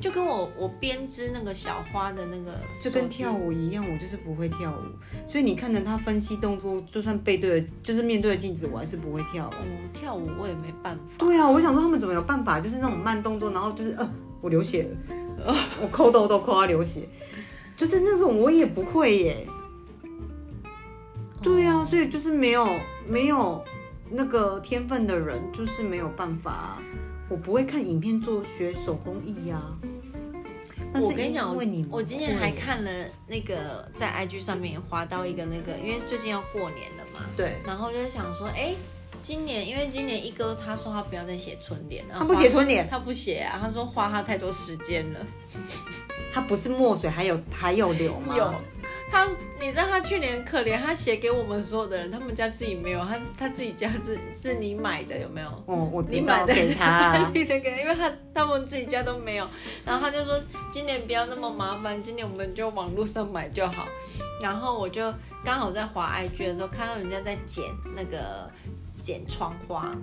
Speaker 2: 就跟我我编织那个小花的那个，
Speaker 1: 就跟跳。舞一样，我就是不会跳舞，所以你看着他分析动作，就算背对着，就是面对着镜子，我还是不会跳
Speaker 2: 我、
Speaker 1: 舞。
Speaker 2: 哦跳舞我也没办法，
Speaker 1: 对啊，我想说他们怎么有办法，就是那种慢动作，然后就是呃，我流血了，呃我抠痘痘抠到流血，就是那种我也不会耶。
Speaker 2: 哦
Speaker 1: 对啊，所以就是没有没有那个天分的人，就是没有办法、啊我不会看影片做学手工艺呀、但是
Speaker 2: 嗯我跟你讲，
Speaker 1: 因
Speaker 2: 我
Speaker 1: 为你
Speaker 2: 我今天还
Speaker 1: 会
Speaker 2: 看了那个在 IG 上面划到一个那个，因为最近要过年了嘛，
Speaker 1: 对，
Speaker 2: 然后就是想说，哎，今年因为今年一哥他说他不要再写春联，然
Speaker 1: 他
Speaker 2: 后
Speaker 1: 不
Speaker 2: 花
Speaker 1: 写春联，
Speaker 2: 他不写啊，他说花他太多时间了。
Speaker 1: 它不是墨水，还有还有流吗？
Speaker 2: 有，他，你知道他去年可怜，他写给我们所有的人，他们家自己没有，他他自己家是是你买的，有没有？
Speaker 1: 哦，我
Speaker 2: 你
Speaker 1: 知
Speaker 2: 买
Speaker 1: 道
Speaker 2: 的
Speaker 1: 给他。
Speaker 2: 你的给，因为他他们自己家都没有，然后他就说今年不要那么麻烦，今年我们就网络上买就好。然后我就刚好在滑 IG 的时候看到人家在剪那个剪窗花，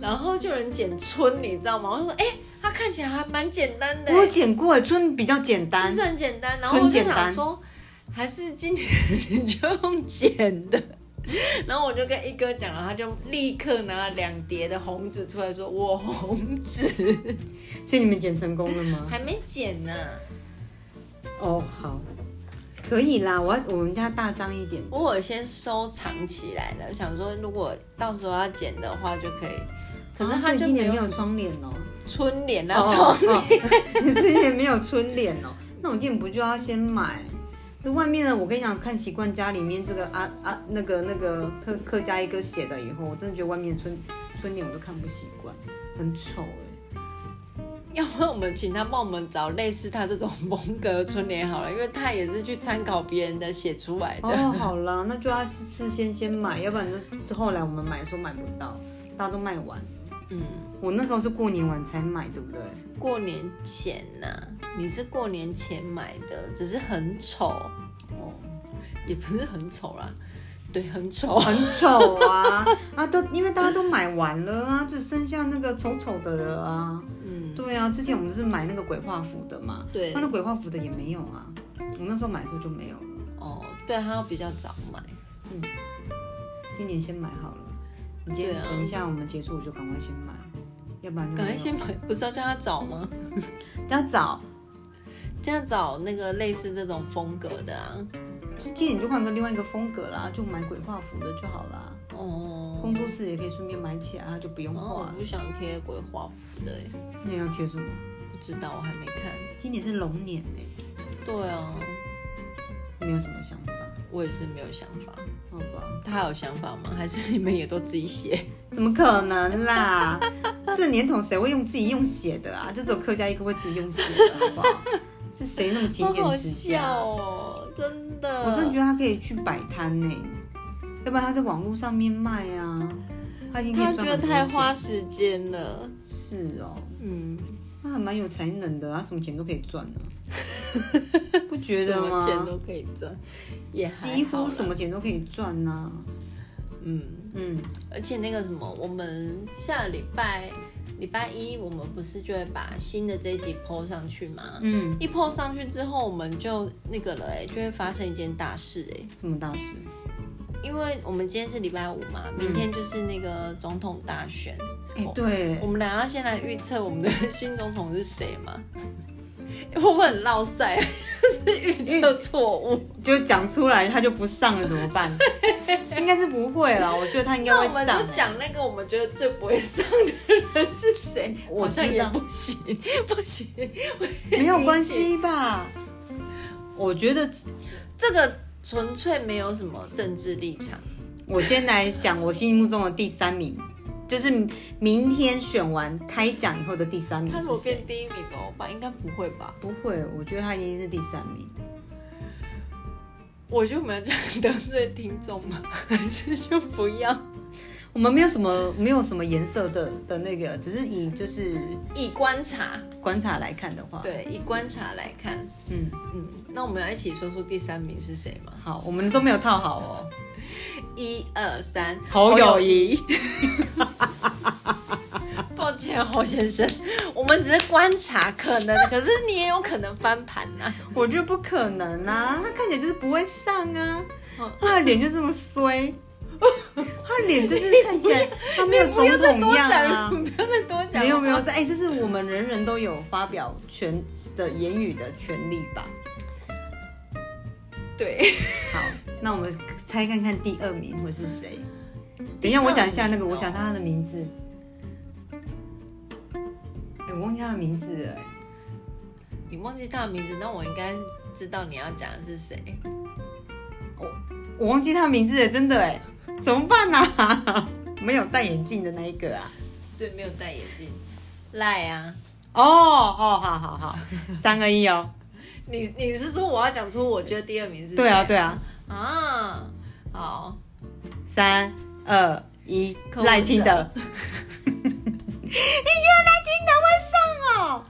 Speaker 2: 然后就有人剪春，你知道吗？我就说哎、他看起来还蛮简单的、
Speaker 1: 我有剪过，春比较简
Speaker 2: 是
Speaker 1: 单
Speaker 2: 不，是很简单？然后我就
Speaker 1: 纯简
Speaker 2: 想
Speaker 1: 单
Speaker 2: 说，还是今天你就用剪的。 然后我就跟一哥讲了，他就立刻拿了两叠的红纸出来说：“我红 纸
Speaker 1: 所以你们剪成功了吗？
Speaker 2: 还没剪呢、
Speaker 1: 哦，好，可以啦。我要我们家大张一点，
Speaker 2: 我有先收藏起来了，想说如果到时候要剪的话就可以。可是
Speaker 1: 啊
Speaker 2: 他
Speaker 1: 所以
Speaker 2: 就
Speaker 1: 今
Speaker 2: 没
Speaker 1: 年没
Speaker 2: 有
Speaker 1: 有窗帘哦，
Speaker 2: 春联那
Speaker 1: 哦
Speaker 2: 种。
Speaker 1: 哦哦你今年没有春联哦， 那我今年不就要先买？那外面呢？我跟你讲，看习惯家里面这个啊啊那个那个客客家一哥写的以后，我真的觉得外面的春春联我都看不习惯，很丑哎、
Speaker 2: 要不然我们请他帮我们找类似他这种风格的春联好了，因为他也是去参考别人的写出来的。
Speaker 1: 哦， 好啦，那就要事先先买，要不然就后来我们买的时候买不到，大家都卖完了。
Speaker 2: 嗯。
Speaker 1: 我那时候是过年晚才买，对不对？
Speaker 2: 过年前呐、你是过年前买的，只是很丑，
Speaker 1: 哦，
Speaker 2: 也不是很丑啦，对，很丑。
Speaker 1: 很丑啊啊！都因为大家都买完了啊，就剩下那个丑丑的了啊。
Speaker 2: 嗯，
Speaker 1: 对啊，之前我们是买那个鬼画符的嘛，
Speaker 2: 对
Speaker 1: 那那鬼画符的也没有啊，我那时候买的时候就没有了，
Speaker 2: 哦，对，他要比较早买。
Speaker 1: 今年先买好了。你今天
Speaker 2: 对啊
Speaker 1: 等一下我们结束我就赶快先买，要不然就
Speaker 2: 赶快
Speaker 1: 没有
Speaker 2: 先买，不是要叫他找吗？
Speaker 1: 要早，
Speaker 2: 这样找那个类似这种风格的啊。
Speaker 1: 今年你就换个另外一个风格啦，就买鬼画符的就好啦。
Speaker 2: 哦，
Speaker 1: 工作室也可以顺便买起来，它就不用
Speaker 2: 哦，
Speaker 1: 画
Speaker 2: 我
Speaker 1: 了。
Speaker 2: 不想贴鬼画符的欸，
Speaker 1: 那要贴什么？
Speaker 2: 不知道我还没看。
Speaker 1: 今年是龙年哎、
Speaker 2: 对啊，
Speaker 1: 没有什么想法，
Speaker 2: 我也是没有想法。
Speaker 1: 好吧？
Speaker 2: 他有想法吗？还是你们也都自己写？
Speaker 1: 怎么可能啦？ 这年头谁会用自己用写的啊？就只有客家一个会自己用写的，好不好？是谁那么勤
Speaker 2: 好
Speaker 1: 俭持家？
Speaker 2: 笑哦，真的。
Speaker 1: 我真的觉得他可以去摆摊呢，要不然他在网络上面卖啊。他已经可以
Speaker 2: 他
Speaker 1: 赚
Speaker 2: 觉
Speaker 1: 很
Speaker 2: 得
Speaker 1: 多
Speaker 2: 太
Speaker 1: 钱
Speaker 2: 花时间了。
Speaker 1: 是哦，
Speaker 2: 嗯，
Speaker 1: 他还蛮有才能的，他啊什么钱都可以赚的，不觉得
Speaker 2: 什么
Speaker 1: 吗？
Speaker 2: 钱都可以赚，也还
Speaker 1: 几
Speaker 2: 好
Speaker 1: 乎
Speaker 2: 啦
Speaker 1: 什么钱都可以赚呐、
Speaker 2: 嗯，
Speaker 1: 嗯，
Speaker 2: 而且那个什么，我们下礼拜礼拜一我们不是就会把新的这一集 PO 上去吗？
Speaker 1: 嗯，
Speaker 2: 一 PO 上去之后，我们就那个了、哎，就会发生一件大事哎、
Speaker 1: 什么大事？
Speaker 2: 因为我们今天是礼拜五嘛，
Speaker 1: 嗯
Speaker 2: 明天就是那个总统大选，
Speaker 1: 哎、
Speaker 2: 哦
Speaker 1: 对
Speaker 2: 我，们俩要先来预测我们的 新总统是谁吗？ 会不会很落赛？就是预测错误。
Speaker 1: 就讲出来他就不上了怎么 办？应该是不会啦，我觉得他应该
Speaker 2: 那
Speaker 1: 会
Speaker 2: 我们
Speaker 1: 上、
Speaker 2: 就
Speaker 1: 欸。
Speaker 2: 讲那个我们觉得最不会上的人是谁，
Speaker 1: 我
Speaker 2: 好像
Speaker 1: 知
Speaker 2: 也
Speaker 1: 道
Speaker 2: 不行，不行。
Speaker 1: 没有关系吧？我觉得
Speaker 2: 这个纯粹没有什么政治立场。
Speaker 1: 我先来讲我心目中的第三名，就是明天选完开奖以后的第三名
Speaker 2: 他如
Speaker 1: 是
Speaker 2: 果
Speaker 1: 谁
Speaker 2: 变？第一名怎么办？应该不会吧？
Speaker 1: 不会，我觉得他一定是第三名。
Speaker 2: 我就没有这样得罪听众吗？还是就不要
Speaker 1: 我们没有什么没有什么颜色的的那个，只是以就是
Speaker 2: 以观察？
Speaker 1: 观察来看的话，，
Speaker 2: 对，以观察来看，
Speaker 1: 嗯，
Speaker 2: 嗯，那我们要一起说出第三名是谁吗？
Speaker 1: 好，我们都没有套好哦。
Speaker 2: 一二三，
Speaker 1: 侯友宜
Speaker 2: 侯友宜。抱歉，侯先生， 我们只是观察，可能，可是你也有可能翻盘 啊。
Speaker 1: 我觉得不可能啊，他看起来就是不会上啊
Speaker 2: 嗯，
Speaker 1: 他的脸就这么 衰，他的脸就是看起来他没有
Speaker 2: 你
Speaker 1: 总
Speaker 2: 不要再
Speaker 1: 统
Speaker 2: 多
Speaker 1: 样
Speaker 2: 讲，
Speaker 1: 啊。
Speaker 2: 不要再多讲。
Speaker 1: 没有没有，，哎、这是我们人人都有发表权的言语的权利吧？
Speaker 2: 对，
Speaker 1: 好，那我们猜看看第二名会是谁？等一下，我想一下那
Speaker 2: 哦
Speaker 1: 个，我想他的名字。哎、我忘记他的名字了、哎
Speaker 2: 你忘记他的名字，那我应该知道你要讲的是谁。
Speaker 1: 我忘记他的名字了，真的哎、怎么办呢、啊？ 没有戴眼镜的那一个啊？
Speaker 2: 对，没有戴眼镜，赖啊！
Speaker 1: 哦哦，好好好，三二一哦。
Speaker 2: 你你是说我要讲出我觉得第二名是谁？
Speaker 1: 对啊对啊，
Speaker 2: 啊，好，
Speaker 1: 三二一，
Speaker 2: 柯文哲
Speaker 1: 赖清德。 你觉得赖清德会上哦？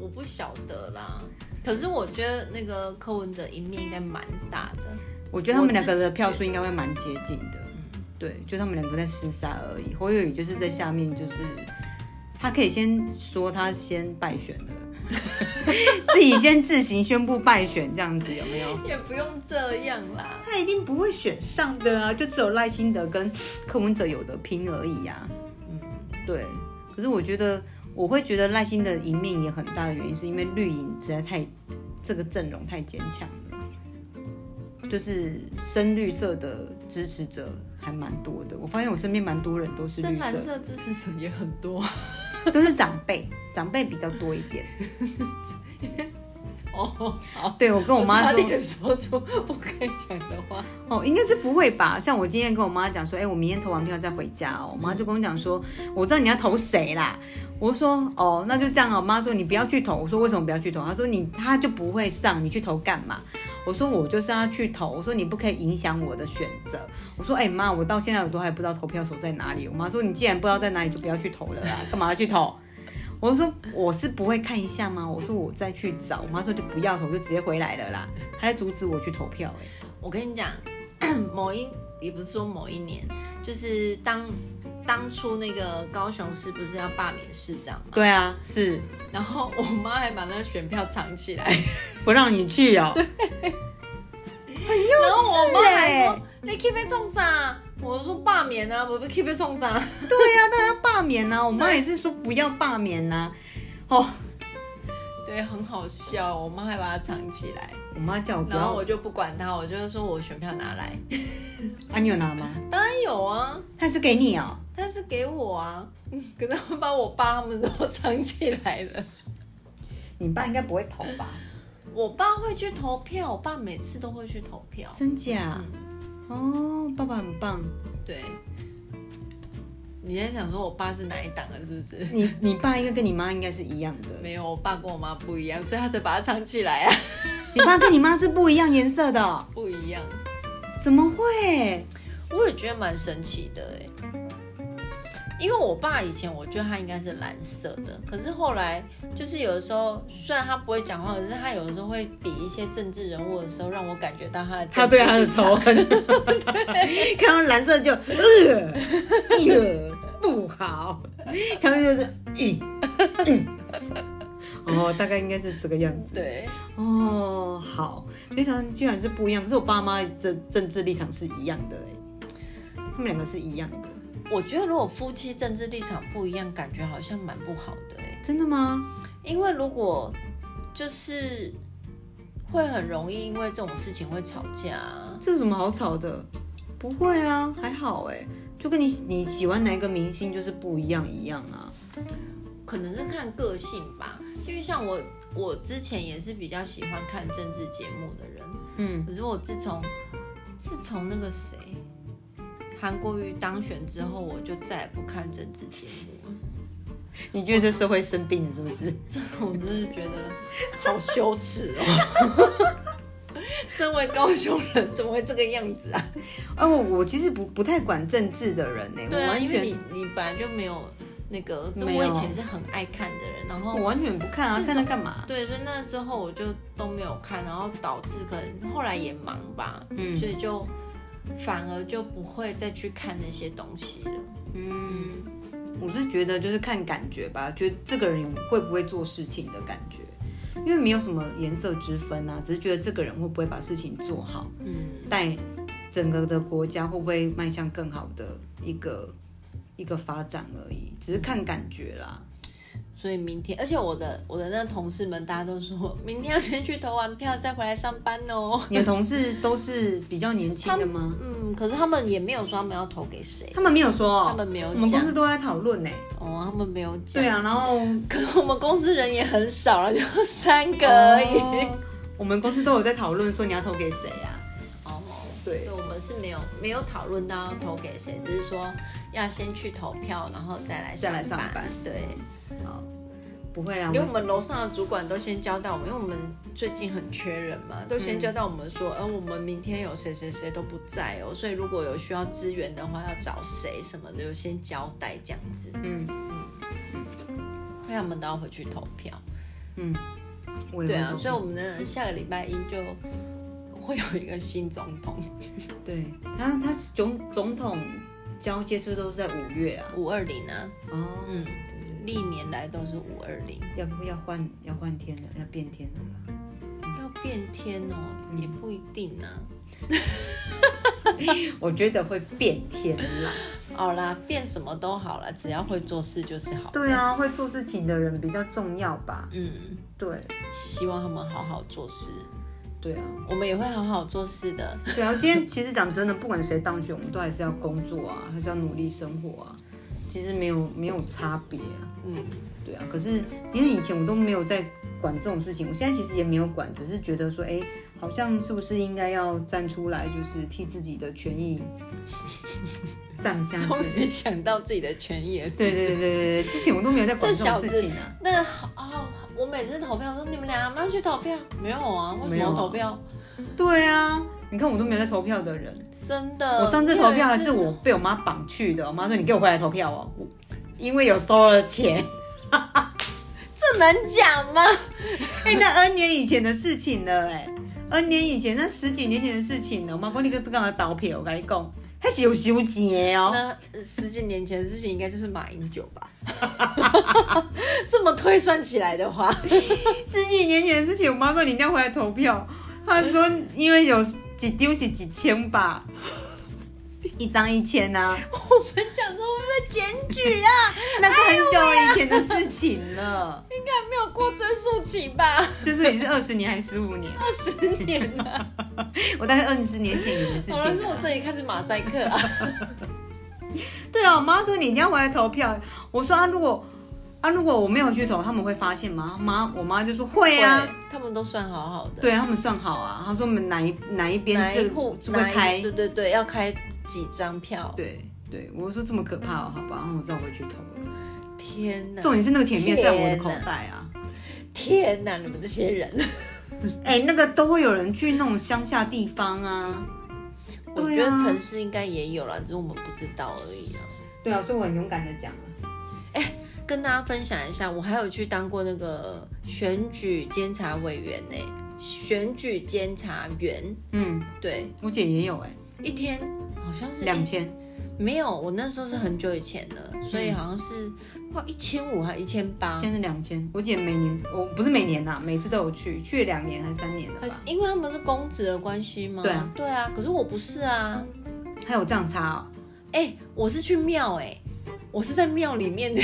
Speaker 2: 我不晓得啦。可是我觉得那个柯文哲赢面应该蛮大的。
Speaker 1: 我觉得他们两个的票数应该会蛮接近的，对，就他们两个在厮杀而已。侯友宜就是在下面，就是他可以先说他先败选了， 自己先自行宣布败选，这样子有没有？
Speaker 2: 也不用这样啦。
Speaker 1: 他一定不会选上的啊，就只有赖清德跟柯文哲有的拼而已啊。
Speaker 2: 嗯，
Speaker 1: 对，可是我觉得我会觉得赖清德赢面也很大的原因，是因为绿营实在太这个阵容太坚强了，就是深绿色的支持者还蛮多的。我发现我身边蛮多人都是
Speaker 2: 深
Speaker 1: 绿
Speaker 2: 蓝
Speaker 1: 色，
Speaker 2: 色支持者也很多
Speaker 1: 都是长辈，长辈比较多一点。
Speaker 2: 哦。好，
Speaker 1: 对我跟我妈
Speaker 2: 差
Speaker 1: 说，
Speaker 2: 点说出不该讲的话。
Speaker 1: 哦，应该是不会吧？像我今天跟我妈讲说，哎、我明天投完票再回家哦。我妈就跟我讲说，我知道你要投谁啦。我说，哦，那就这样哦。我妈说你不要去投。我说为什么不要去投？她说你她就不会上，你去投干嘛？我说我就是要去投。我说你不可以影响我的选择。我说，哎、妈，我到现在我都还不知道投票所在哪里。我妈说你既然不知道在哪里，就不要去投了啦，干嘛要去投？我说我是不会看一下吗？我说我再去找。我妈说就不要投，就直接回来了啦。她在阻止我去投票、哎。
Speaker 2: 我跟你讲， 某一也不是说某一年，就是当当初那个高雄市不是要罢免市长嘛，
Speaker 1: 对啊，是
Speaker 2: 然后我妈还把那个选票藏起来，
Speaker 1: 不让你去哦。
Speaker 2: 然后哦我妈还
Speaker 1: 欸
Speaker 2: 说你 keep 被冲啥？我说罢免啊，我不 keep 被冲啥？
Speaker 1: 对呀、啊，大家罢免呐、啊，我妈也是说不要罢免呐、哦，
Speaker 2: 对，很好笑，我妈还把它藏起来。
Speaker 1: 我妈叫我不
Speaker 2: 然
Speaker 1: 要，
Speaker 2: 后我就不管他，我就是说我选票拿来。
Speaker 1: 啊，你有拿吗？
Speaker 2: 当然有啊，
Speaker 1: 他是给你哦，
Speaker 2: 但是给我啊， 嗯可是我把我爸他们都藏起来了。
Speaker 1: 你爸应该不会投吧？
Speaker 2: 我爸会去投票，我爸每次都会去投票。 嗯
Speaker 1: 真假？哦，爸爸很棒。
Speaker 2: 对，你在想说我爸是哪一档的，是不是？
Speaker 1: 你你爸应该跟你妈应该是一样的，
Speaker 2: 没有，我爸跟我妈不一样，所以他才把它藏起来啊，
Speaker 1: 你爸跟你妈是不一样颜色的哦、
Speaker 2: 不一样。
Speaker 1: 怎么会？
Speaker 2: 我也觉得蛮神奇的哎，因为我爸以前我觉得他应该是蓝色的，可是后来就是有的时候，虽然他不会讲话，可是他有的时候会比一些政治人物的时候，让我感觉到他的
Speaker 1: 他对他的
Speaker 2: 政治立
Speaker 1: 仇
Speaker 2: 场
Speaker 1: 恨，看到蓝色就呃，呃不好，看到就是咦、嗯哦，大概应该是这个样子。
Speaker 2: 对，
Speaker 1: 哦，好，没想到居然是不一样。可是我爸妈的政治立场是一样的哎，他们两个是一样的，
Speaker 2: 我觉得如果夫妻政治立场不一样，感觉好像蛮不好的哎，
Speaker 1: 真的吗？
Speaker 2: 因为如果就是会很容易因为这种事情会吵架啊。
Speaker 1: 这有什么好吵的？不会啊，还好哎，就跟你你喜欢哪一个明星就是不一样一样啊。
Speaker 2: 可能是看个性吧，因为像我，我之前也是比较喜欢看政治节目的人，
Speaker 1: 嗯，
Speaker 2: 可是我自从自从那个谁韩国瑜当选之后，我就再也不看政治节目了。
Speaker 1: 你觉得这社会生病了是不是？
Speaker 2: 这种我真是觉得好羞耻哦。 身为高雄人，怎么会这个样子啊？
Speaker 1: 哦，我我其实不不太管政治的人呢，我
Speaker 2: 对啊，
Speaker 1: 完
Speaker 2: 因为
Speaker 1: 全
Speaker 2: 你你本来就没有那个，是
Speaker 1: 没
Speaker 2: 我
Speaker 1: 有
Speaker 2: 以前是很爱看的人，然后
Speaker 1: 我完全不看啊，
Speaker 2: 这种
Speaker 1: 看它干嘛？
Speaker 2: 对，所以那之后我就都没有看，然后导致可能后来也忙吧，
Speaker 1: 嗯
Speaker 2: 所以就反而就不会再去看那些东西了。
Speaker 1: 嗯，我是觉得就是看感觉吧，觉得这个人会不会做事情的感觉，因为没有什么颜色之分啊，只是觉得这个人会不会把事情做好，
Speaker 2: 嗯，
Speaker 1: 带整个的国家会不会迈向更好的一个一个发展而已，只是看感觉啦。
Speaker 2: 所以明天，而且我的我的那同事们，大家都说明天要先去投完票，再回来上班哦。
Speaker 1: 你的同事都是比较年轻的吗？
Speaker 2: 嗯，可是 他们也没有说他们要投给谁，
Speaker 1: 他们没有说、哦，
Speaker 2: 他们没有
Speaker 1: 我们公
Speaker 2: 讲
Speaker 1: 司都在讨论呢。欸
Speaker 2: 哦，他们没有讲。
Speaker 1: 对，啊，然后
Speaker 2: 可是我们公司人也很少了，就三个而已。
Speaker 1: 哦我们公司都有在讨论说你要投给谁啊？
Speaker 2: 哦，
Speaker 1: 对
Speaker 2: 所以我们是没有没有讨论到要投给谁，只是说要先去投票，然后再来
Speaker 1: 再来
Speaker 2: 上
Speaker 1: 上班
Speaker 2: 对，
Speaker 1: 好，不会啦，
Speaker 2: 连
Speaker 1: 我
Speaker 2: 我们楼上的主管都先交代我们，因为我们最近很缺人嘛，都先交代我们说，嗯、我们明天有谁谁谁都不在哦，所以如果有需要支援的话，要找谁什么的，就先交代这样子，
Speaker 1: 嗯。
Speaker 2: 因为他们都要回去投票。
Speaker 1: 嗯，我也
Speaker 2: 对
Speaker 1: 会
Speaker 2: 啊，
Speaker 1: 投
Speaker 2: 所以我们的下个礼拜一就会有一个新总统，
Speaker 1: 对，然后他总总统交接是不是都是在五月啊？
Speaker 2: 五二零啊，
Speaker 1: 哦，
Speaker 2: 嗯，历年来都是五二零。
Speaker 1: 要不要换要换天了，要变天了啦。
Speaker 2: 要变天哦，
Speaker 1: 嗯
Speaker 2: 也不一定啊。
Speaker 1: 我觉得会变天啦。
Speaker 2: 好啦，变什么都好啦，只要会做事就是好。
Speaker 1: 对，啊，会做事情的人比较重要吧？
Speaker 2: 嗯，
Speaker 1: 对，
Speaker 2: 希望他们好好做事，
Speaker 1: 对啊，
Speaker 2: 我们也会好好做事的。
Speaker 1: 对啊。今天其实讲真的，不管谁当选，我们都还是要工作啊，还是要努力生活啊。其实没有没有差别啊，
Speaker 2: 嗯，
Speaker 1: 对啊。可是因为以前我都没有在管这种事情，我现在其实也没有管，只是觉得说，哎，好像是不是应该要站出来，就是替自己的权 益站一下
Speaker 2: 终
Speaker 1: 去。
Speaker 2: 于想到自己的权益了，是不
Speaker 1: 对
Speaker 2: 是
Speaker 1: 对对对对，之前我都没有在管
Speaker 2: 这
Speaker 1: 这种
Speaker 2: 小
Speaker 1: 事
Speaker 2: 子
Speaker 1: 情啊。，
Speaker 2: 那好哦，我每次投票说你们俩要不要去投票？没有啊，为什
Speaker 1: 没
Speaker 2: 么
Speaker 1: 有
Speaker 2: 要
Speaker 1: 啊
Speaker 2: 投票？
Speaker 1: 对啊，你看我都没有在投票的人，
Speaker 2: 真的，
Speaker 1: 我上次投票还
Speaker 2: 呃因为
Speaker 1: 是我被我妈绑去的，我妈说你给我回来投票哦，我因为有收了钱。
Speaker 2: 这，这能讲吗？
Speaker 1: 哎、那 N 年以前的事情了、哎，N 年以前那十几年前的事情了，我妈说你个干嘛倒票？我跟你讲，还是有收钱的哦。
Speaker 2: 那呃十几年前的事情应该就是马英九吧？ 这么推算起来的话，
Speaker 1: 十几年前的事情，我妈说你一定要回来投票，她说因为有几丢是几千 吧，一张一千呐、啊。
Speaker 2: 我们想说会不会检举啊？
Speaker 1: 那是很久以前的的事情了，
Speaker 2: 应该没有过追溯期吧？
Speaker 1: 就是你是二十年还是十五年？
Speaker 2: 二十年了，
Speaker 1: 我大概二十年前以前的事情
Speaker 2: 好
Speaker 1: 啊。
Speaker 2: 了，是我这里开始马赛克啊。
Speaker 1: 对啊，我妈说你一定要回来投票。我说啊，如果啊如果我没有去投，他们会发现吗？妈，我妈就说会啊，
Speaker 2: 对，他们都算好好的。
Speaker 1: 对他们算好啊。她说我们哪一哪一边
Speaker 2: 哪
Speaker 1: 这
Speaker 2: 一户
Speaker 1: 就会
Speaker 2: 哪一
Speaker 1: 开，
Speaker 2: 对对对，要开几张票？
Speaker 1: 对对，我说这么可怕、哦，好吧，然后我照回去投了。
Speaker 2: 天哪！
Speaker 1: 重点是那个钱面在我的口
Speaker 2: 天哪
Speaker 1: 袋啊。
Speaker 2: 天哪！你们这些人，
Speaker 1: 哎、那个都会有人去那种乡下地方啊。
Speaker 2: 我
Speaker 1: 对
Speaker 2: 觉得
Speaker 1: 啊
Speaker 2: 城市应该也有啦，只是我们不知道而已啊。
Speaker 1: 对啊，所以我很勇敢的讲啊了。
Speaker 2: 跟大家分享一下，我还有去当过那个选举监察委员呢、选举监察员。
Speaker 1: 嗯，
Speaker 2: 对，
Speaker 1: 我姐也有哎、
Speaker 2: 一天好像是
Speaker 1: 两
Speaker 2: 一
Speaker 1: 千，
Speaker 2: 没有，我那时候是很久以前的，所以好像是哇一千五还一千八，
Speaker 1: 现在是两嗯千。我姐每年，我不是每年啦，每次都有去，去了两年还是三年了吧
Speaker 2: 可。是因为他们是公职的关系吗？
Speaker 1: 对啊，
Speaker 2: 对啊。可是我不是啊，
Speaker 1: 还有这样差哦、
Speaker 2: 哎、我是去庙哎、我是在庙里面的。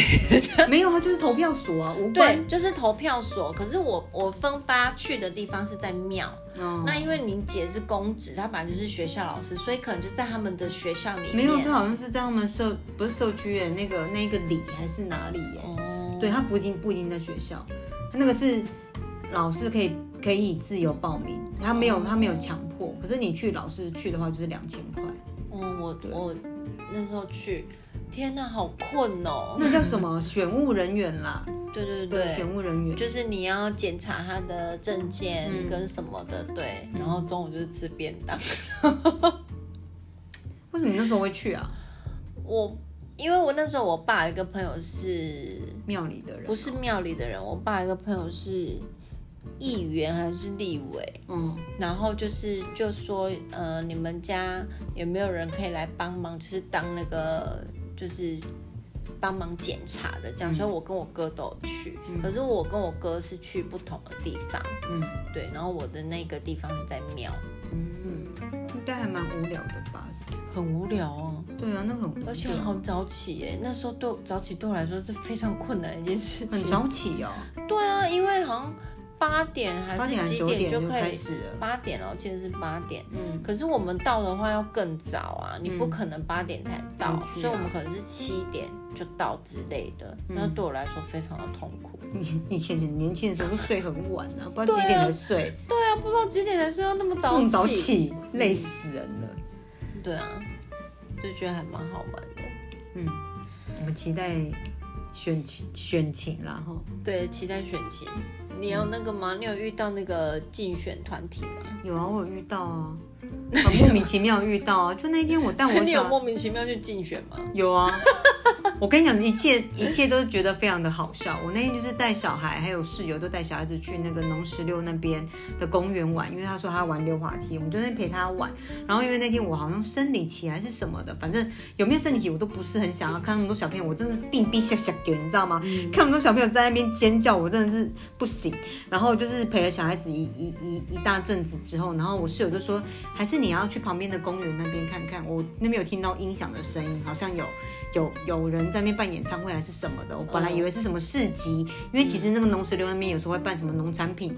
Speaker 1: 没有，他就是投票所啊，无关
Speaker 2: 对，。就是投票所。可是我我分发去的地方是在庙，
Speaker 1: 哦
Speaker 2: 那因为你姐是公职，她本来就是学校老师，所以可能就在他们的学校里面。
Speaker 1: 没有，这好像是在他们社不是社区耶，那个那个里还是哪里耶？
Speaker 2: 哦，
Speaker 1: 对，他不一定不一定在学校，他那个是老师可以可以自由报名，他没
Speaker 2: 哦
Speaker 1: 有他没有强迫，可是你去老师去的话就是两千块，
Speaker 2: 哦，我我那时候去，天哪，好困哦。
Speaker 1: 那叫什么选务人员啦？
Speaker 2: 对对
Speaker 1: 对，
Speaker 2: 对。
Speaker 1: 选务人员。
Speaker 2: 就是你要检查他的证件
Speaker 1: 嗯
Speaker 2: 跟什么的，对，然后中午就是吃便当。
Speaker 1: 为什么你那时候会去啊？
Speaker 2: 我因为我那时候我爸有一个朋友是
Speaker 1: 庙里的人
Speaker 2: 不是庙里的人，我爸有一个朋友是议员还是立委，
Speaker 1: 嗯，
Speaker 2: 然后就是就说，呃，你们家有没有人可以来帮忙，就是当那个就是帮忙检查的这样。所以我跟我哥都有去，可是我跟我哥是去不同的地方，
Speaker 1: 嗯
Speaker 2: 对，然后我的那个地方是在庙，
Speaker 1: 嗯，应该还蛮无聊的吧？
Speaker 2: 很无聊哦。
Speaker 1: 对啊，那个很无聊
Speaker 2: 而且好早起耶，那时候对我早起对我来说是非常困难的一件事
Speaker 1: 很
Speaker 2: 情。
Speaker 1: 早起哦，
Speaker 2: 对啊，因为好像八点还
Speaker 1: 八点
Speaker 2: 是
Speaker 1: 还
Speaker 2: 几
Speaker 1: 是九
Speaker 2: 点
Speaker 1: 就
Speaker 2: 可
Speaker 1: 开
Speaker 2: 以，
Speaker 1: 始了。
Speaker 2: 八点哦，我记得是八点。
Speaker 1: 嗯，
Speaker 2: 可是我们到的话要更早啊，你不可能八点才到，
Speaker 1: 嗯
Speaker 2: 所以我们可能是七点就到之类的。那对我来说非常的痛苦。
Speaker 1: 你以前很年轻的时候都睡很晚啊，不知道
Speaker 2: 对啊
Speaker 1: 几点才睡，
Speaker 2: 对啊，不知道几点才睡，要那么
Speaker 1: 那
Speaker 2: 早
Speaker 1: 么
Speaker 2: 起。
Speaker 1: 早起累死人了。
Speaker 2: 对啊，就觉得还蛮好玩的。
Speaker 1: 嗯，我们期待选情选情啦哈，
Speaker 2: 对，期待选情。你有那个吗？你有遇到那个竞选团体吗？
Speaker 1: 有啊，我有遇到 啊，很莫名其妙遇到啊，就 那一天我但我
Speaker 2: 你有
Speaker 1: 想
Speaker 2: 莫名其妙去竞选吗？
Speaker 1: 有啊， 我跟你讲，一切一切都觉得非常的好笑。我那天就是带小孩，还有室友都带小孩子去那个农十六那边的公园玩，因为他说他玩溜滑梯，我们就在那边陪他玩。然后因为那天我好像生理期还是什么的，反正有没有生理期我都不是很想要看那么多小朋友，我真的是病逼吓吓给，你知道吗？看那么多小朋友在那边尖叫，我真的是不行。然后就是陪了小孩子一一一一大阵子之后，然后我室友就说，还是你要去旁边的公园那边看看，我那边有听到音响的声音，好像有有有人在那边办演唱会还是什么的。我本来以为是什么市集，因为其实那个农十六那边有时候会办什么农产品。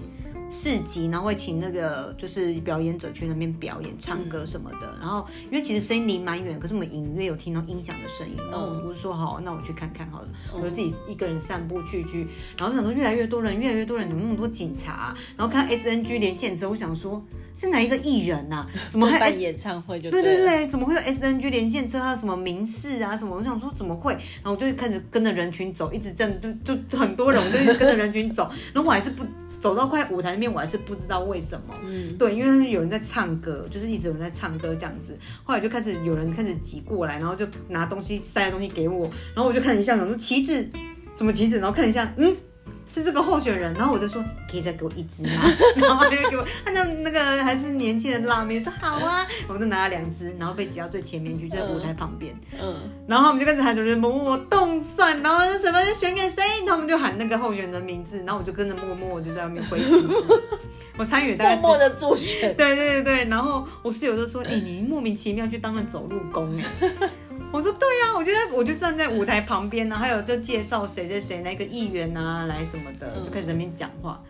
Speaker 1: 市集，然后会请那个就是表演者去那边表演、唱歌什么的。然后因为其实声音离蛮远，可是我们隐约有听到音响的声音。那我就说好，那我去看看好了。我就自己一个人散步去去，然后想说越来越多人，越来越多人，怎么那么多警察啊、然后看 S N G 连线之后，我想说是哪一个艺人呐、怎么还有 S
Speaker 2: 办演唱会就
Speaker 1: 对
Speaker 2: 对
Speaker 1: 对
Speaker 2: 了
Speaker 1: 对，怎么会有 SNG 连线车？还有什么民事啊什么？我想说怎么会？然后我就开始跟着人群走，一直这样就就就很多人，我就一直跟着人群走。然后我还是不走到快舞台那边，我还是不知道为什么。嗯，对，因为有人在唱歌，就是一直有人在唱歌这样子。后来就开始有人开始挤过来，然后就拿东西塞东西给我，然后我就看一下，想说旗子什么旗子，然后看一下，嗯。是这个候选人，然后我就说可以再给我一只吗？ 然后他就给我，他那那个还是年轻的辣妹说好啊，我就拿了两只，然后被挤到最前面去，就在舞台旁边，
Speaker 2: 嗯，
Speaker 1: 然后他们就开始喊主持人默默动算，然后什么选给谁，然后他们就喊那个候选人的名字，然后我就跟着默默我就在外面挥旗 子，我参与大概
Speaker 2: 默
Speaker 1: 是。
Speaker 2: 默的助选。
Speaker 1: 对对对对，然后我室友就说：“哎、你莫名其妙去当了走路工哎、我说对呀、我就在我就站在舞台旁边呢、啊，还有就介绍谁谁谁那个议员啊来什么的，
Speaker 2: 嗯
Speaker 1: 就开始在那边讲话。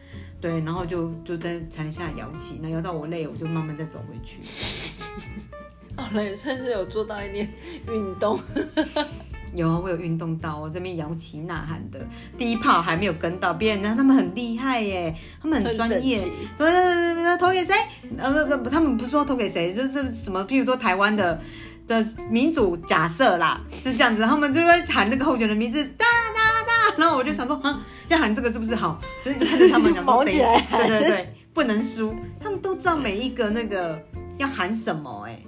Speaker 1: 对，然后就就在台下摇旗，那摇到我累了，我就慢慢再走回去。
Speaker 2: 好了，也算是有做到一点运动。
Speaker 1: 有啊，我有运动到，我这边摇旗呐喊的，第一炮还没有跟到，别人呢他们很厉害耶，他们很专业
Speaker 2: 很整齐，
Speaker 1: 对对对对对，投给谁？呃不不，他们不是说投给谁，就是什么，譬如说台湾的的民主假设啦，是这样子，他们就会喊那个候选人名字，哒哒哒，然后我就想说，啊，要喊这个是不是好？就是看着他们讲说，
Speaker 2: 毛起来
Speaker 1: 对对对，不能输，他们都知道每一个那个要喊什么，哎，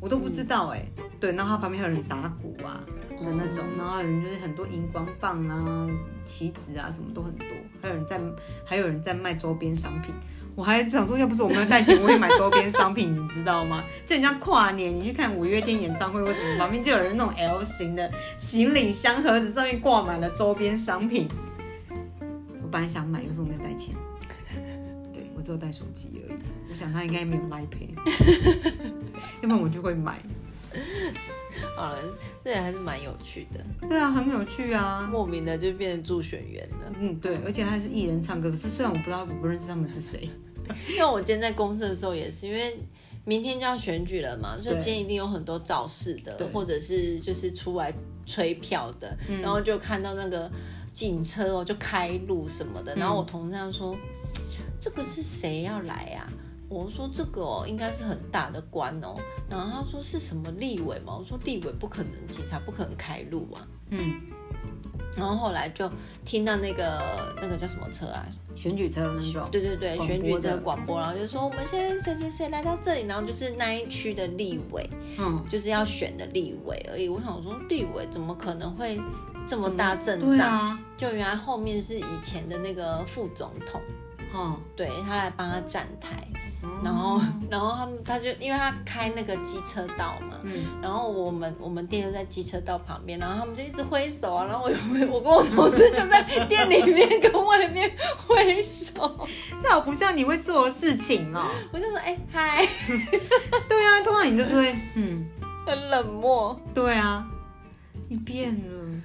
Speaker 1: 我都不知道哎、对，然后他旁边还有人打鼓啊的那种，然后还有人就是很多荧光棒啊、旗子啊，什么都很多，还有人在还有人在卖周边商品。我还想说，要不是我没有带钱，我也买周边商品，你知道吗？ 就很像跨年，你去看五月天演唱会，为什么旁边就有人那种 L 型的行李箱盒子上面挂满了周边商品？我本来想买，可是我没有带钱，对我只有带手机而已。我想他应该没有 Line Pay，要 不然我就会买。
Speaker 2: 好了，这也还是蛮有趣的，
Speaker 1: 对啊，很有趣啊。
Speaker 2: 莫名的就变成助选员了。
Speaker 1: 嗯，对，而且他是艺人唱歌，可是虽然我不知道，我不认识他们是谁。
Speaker 2: 因为我今天在公司的时候也是，因为明天就要选举了嘛，所以今天一定有很多造势的
Speaker 1: 对，
Speaker 2: 或者是就是出来吹票的，
Speaker 1: 嗯
Speaker 2: 然后就看到那个警车哦，就开路什么的，
Speaker 1: 嗯
Speaker 2: 然后我同事他说，这个是谁要来呀、我说这个哦，应该是很大的官哦，然后他说是什么立委嘛？我说立委不可能，警察不可能开路啊。
Speaker 1: 嗯，
Speaker 2: 然后后来就听到那个那个叫什么车啊，
Speaker 1: 嗯选举车那种。
Speaker 2: 对对对，
Speaker 1: 广播
Speaker 2: 选举这个
Speaker 1: 的
Speaker 2: 广播，然后就说我们现在谁谁谁来到这里，然后就是那一区的立委，
Speaker 1: 嗯，
Speaker 2: 就是要选的立委而已。我想说，立委怎么可能会这么大阵
Speaker 1: 对
Speaker 2: 仗？
Speaker 1: 啊，
Speaker 2: 就原来后面是以前的那个副总统，
Speaker 1: 哦，
Speaker 2: 对他来帮他站台，
Speaker 1: 嗯
Speaker 2: 然后然后他们他就因为他开那个机车道嘛。
Speaker 1: 嗯，
Speaker 2: 然后我们我们店就在机车道旁边，然后他们就一直挥手啊，然后我我我跟我同事就在店里面跟外面挥手，
Speaker 1: 这好不像你会做的事情哦。
Speaker 2: 我就说哎、嗨，
Speaker 1: 对啊，通常你就是会，嗯，
Speaker 2: 很冷漠。
Speaker 1: 对啊，你变了。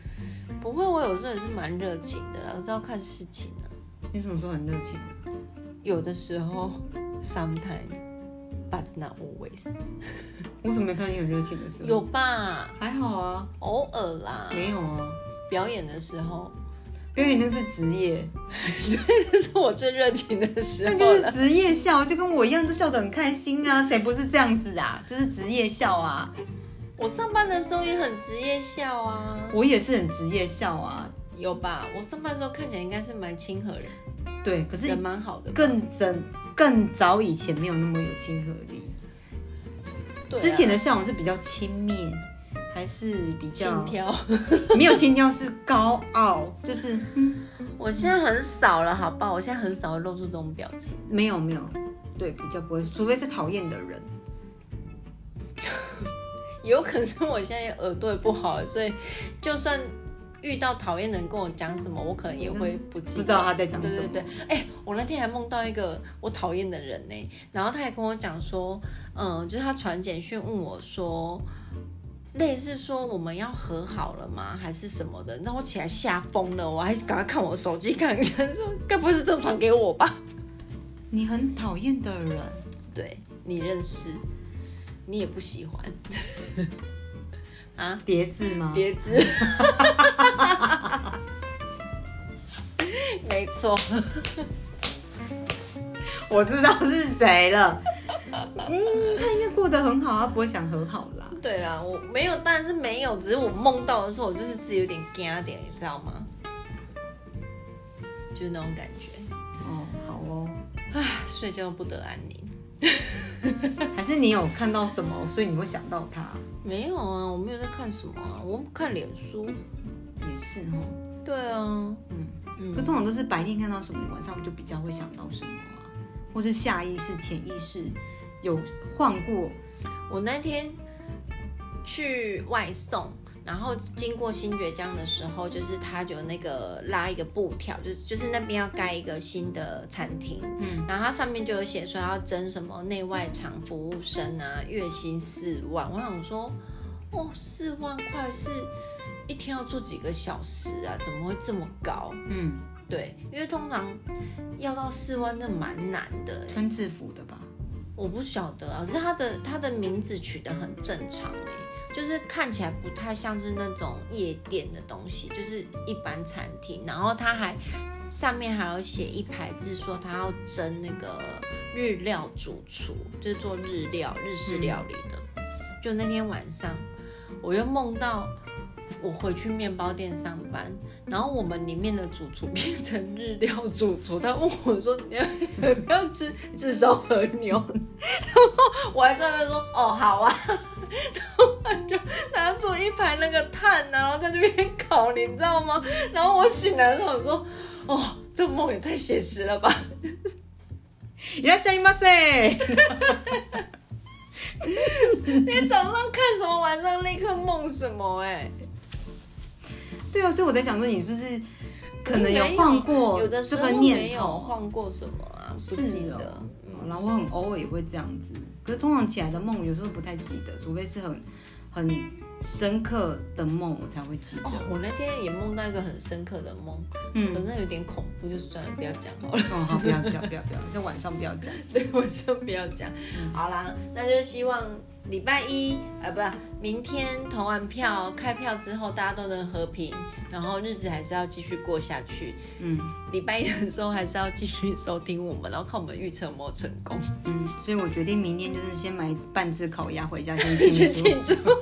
Speaker 2: 不会，我有时候也是蛮热情的啦，可是要看事情啊。
Speaker 1: 你什么时候很热情？啊
Speaker 2: 有的时候，sometimes。But not always，
Speaker 1: 我怎么没看你很热情的时候？
Speaker 2: 有，吧？
Speaker 1: 还好啊，
Speaker 2: 偶尔啦。
Speaker 1: 没有啊。
Speaker 2: 表演的时候，
Speaker 1: 表演那是职业，
Speaker 2: 那是我最热情的时
Speaker 1: 那
Speaker 2: 候
Speaker 1: 就是
Speaker 2: 了。
Speaker 1: 职业笑，就跟我一样，都笑得很开心啊，谁不是这样子啊？就是职业笑啊，
Speaker 2: 我上班的时候也很职业笑啊，
Speaker 1: 我也是很职业笑啊，
Speaker 2: 有吧？我上班的时候看起来应该是蛮亲和人，
Speaker 1: 对，可是
Speaker 2: 人蛮好的吧。
Speaker 1: 更整更早以前没有那么有亲和力，
Speaker 2: 对啊
Speaker 1: 之前的笑容是比较轻蔑，还是比较
Speaker 2: 轻佻，
Speaker 1: 没有轻佻，是高傲，就是嗯
Speaker 2: 我现在很少了，好吧？我现在很少露出这种表情。
Speaker 1: 没有没有，对，比较不会，除非是讨厌的人，
Speaker 2: 有可能是我现在耳朵也不好，所以就算遇到讨厌的人跟我讲什么，我可能也会不记
Speaker 1: 不知
Speaker 2: 得。
Speaker 1: 道他在讲什么，
Speaker 2: 对对对，哎、我那天还梦到一个我讨厌的人呢、然后他还跟我讲说，嗯，就是他传简讯问我说，类似说我们要和好了吗，还是什么的？那我起来吓疯了，我还赶快看我手机看一下，说该不会是这传给我吧？
Speaker 1: 你很讨厌的人，
Speaker 2: 对你认识，你也不喜欢啊？
Speaker 1: 叠字吗？
Speaker 2: 叠字， 没错，
Speaker 1: 我知道是谁了，嗯，他应该过得很好，他不会想和好啦。
Speaker 2: 对啦，我没有，当然是没有，只是我梦到的时候，我就是自己有点惊点，你知道吗？就是那种感觉，
Speaker 1: 哦，好哦，
Speaker 2: 啊睡觉不得安宁。
Speaker 1: 还是你有看到什么，所以你会想到他，
Speaker 2: 没有啊，我没有在看什么啊，我看脸书。
Speaker 1: 也是哦，
Speaker 2: 对啊，
Speaker 1: 嗯。可
Speaker 2: 嗯，
Speaker 1: 通常都是白天看到什么，晚上就比较会想到什么啊，或是下意识、潜意识有晃过，
Speaker 2: 我那天去外送。然后经过新觉江的时候，就是他有那个拉一个布条，就是就是那边要盖一个新的餐厅，
Speaker 1: 嗯，
Speaker 2: 然后它上面就有写说要征什么内外场服务生啊，月薪四万。我想说，哦，四万块是一天要做几个小时啊？怎么会这么高？
Speaker 1: 嗯，
Speaker 2: 对，因为通常要到四万那蛮难的、欸，
Speaker 1: 穿制服的吧？
Speaker 2: 我不晓得啊，可是他的他的名字取得很正常哎、就是看起来不太像是那种夜店的东西，就是一般餐厅。然后他还上面还有写一排字说他要争那个日料主厨，就是做日料日式料理的。就那天晚上，我又梦到我回去面包店上班，然后我们里面的主厨变成日料主厨，他问我说：“你要你不要吃炙烧和牛？”然后我还在那边说：“哦，好啊。” 然后他就拿出一排那个炭啊，然后在那边烤，你知道吗？然后我醒来的时候，我说：“哦，这梦也太写实了吧！”
Speaker 1: いらっしゃいませ。
Speaker 2: 你早上看什么，晚上立刻梦什么、哎。
Speaker 1: 对啊，所以我在想说，你是不是可能有晃过
Speaker 2: 有的时
Speaker 1: 这
Speaker 2: 候
Speaker 1: 个
Speaker 2: 没
Speaker 1: 念
Speaker 2: 有
Speaker 1: 头？
Speaker 2: 晃过什么啊？不
Speaker 1: 是
Speaker 2: 记
Speaker 1: 哦
Speaker 2: 得。
Speaker 1: 嗯然后我很偶尔也会这样子，可是通常起来的梦有时候不太记得，除非是很很深刻的梦，我才会记得。
Speaker 2: 哦，我那天也梦到一个很深刻的梦，
Speaker 1: 嗯
Speaker 2: 可，是有点恐怖，就算了，不要讲好了，
Speaker 1: 哦，好，不要讲，不要不要，在晚上不要讲。
Speaker 2: 对，晚上不要讲。
Speaker 1: 嗯
Speaker 2: 好啦，那就希望礼拜一，呃，不，明天投完票、开票之后，大家都能和平，然后日子还是要继续过下去。
Speaker 1: 嗯
Speaker 2: 礼拜一的时候还是要继续收听我们，然后看我们预测有没有成功，
Speaker 1: 嗯，所以我决定明天就是先买半只烤鸭回家先
Speaker 2: 先
Speaker 1: 庆祝，
Speaker 2: 庆祝。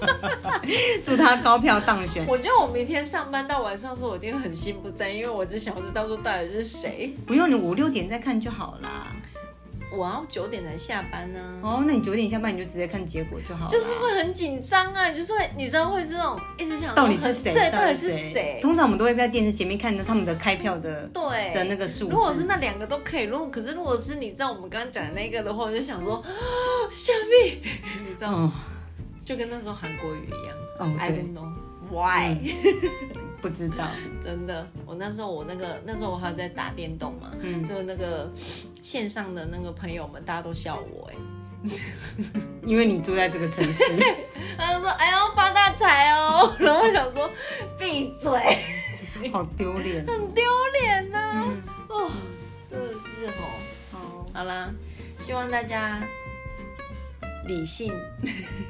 Speaker 1: 祝他高票当选。
Speaker 2: 我觉得我明天上班到晚上的时候，我一定很心不在，因为我只想要知道说到底是谁。
Speaker 1: 不用你五六点再看就好啦。
Speaker 2: 我要九点才下班呢、
Speaker 1: 哦，那你九点下班你就直接看结果就好啦。
Speaker 2: 就是会很紧张啊，就是会你知道会这种一直想说
Speaker 1: 到底是谁？
Speaker 2: 对，
Speaker 1: 到
Speaker 2: 到
Speaker 1: 底
Speaker 2: 底是谁？
Speaker 1: 通常我们都会在电视前面看到他们的开票的
Speaker 2: 对
Speaker 1: 的那个数字。
Speaker 2: 如果是那两个都可以，如果可是如果是你知道我们刚刚讲的那个的话，我就想说，啊下面 你知道，
Speaker 1: 哦，
Speaker 2: 就跟那时候韩国语一样、
Speaker 1: 哦
Speaker 2: i
Speaker 1: 对嗯
Speaker 2: don't know why，、
Speaker 1: 不知 道，
Speaker 2: 真的，我那时候我那个那时候我还有在打电动嘛，
Speaker 1: 嗯，
Speaker 2: 就那个线上的那个朋友们，大家都笑我哎、
Speaker 1: 因为你住在这个城 市，
Speaker 2: 他就说哎呦发大财哦， 然后我想说闭嘴，
Speaker 1: 好丢脸。
Speaker 2: 很丢脸呐、
Speaker 1: 嗯
Speaker 2: 哦，真的是哦。
Speaker 1: 好，
Speaker 2: 好啦，希望大家理性，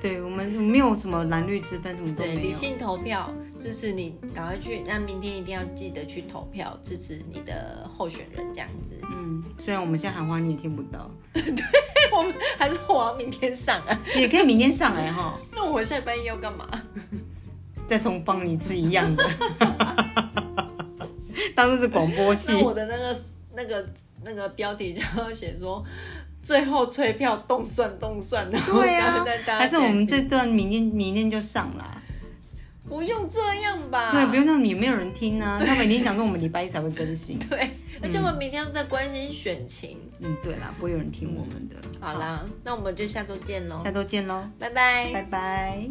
Speaker 1: 对我们没有什么蓝绿之分，什么都没有。
Speaker 2: 理性投票，支持你，赶快去。那明天一定要记得去投票，支持你的候选人，这样子。
Speaker 1: 嗯，虽然我们现在喊话你也听不到，
Speaker 2: 我们还是我要明天上啊？
Speaker 1: 也可以明天上来哈，
Speaker 2: 那我下班要干嘛？
Speaker 1: 再重放一次一样的， 当做是广播器
Speaker 2: 那。我的那个那个那个标题就要写说。最后催票动算动算， 然后
Speaker 1: 对啊
Speaker 2: 再，大家
Speaker 1: 还是我们
Speaker 2: 决定
Speaker 1: 这段明天明天就上啦。
Speaker 2: 不用这样吧？
Speaker 1: 对，不用让也没有人听啊，他们一定想说我们礼拜一才会更新。
Speaker 2: 对，而且我们明天在关心选情。
Speaker 1: 嗯，对啦，不会有人听我们的。
Speaker 2: 好啦，那我们就下周见喽
Speaker 1: 好，下，周见喽，
Speaker 2: 拜拜
Speaker 1: 拜拜。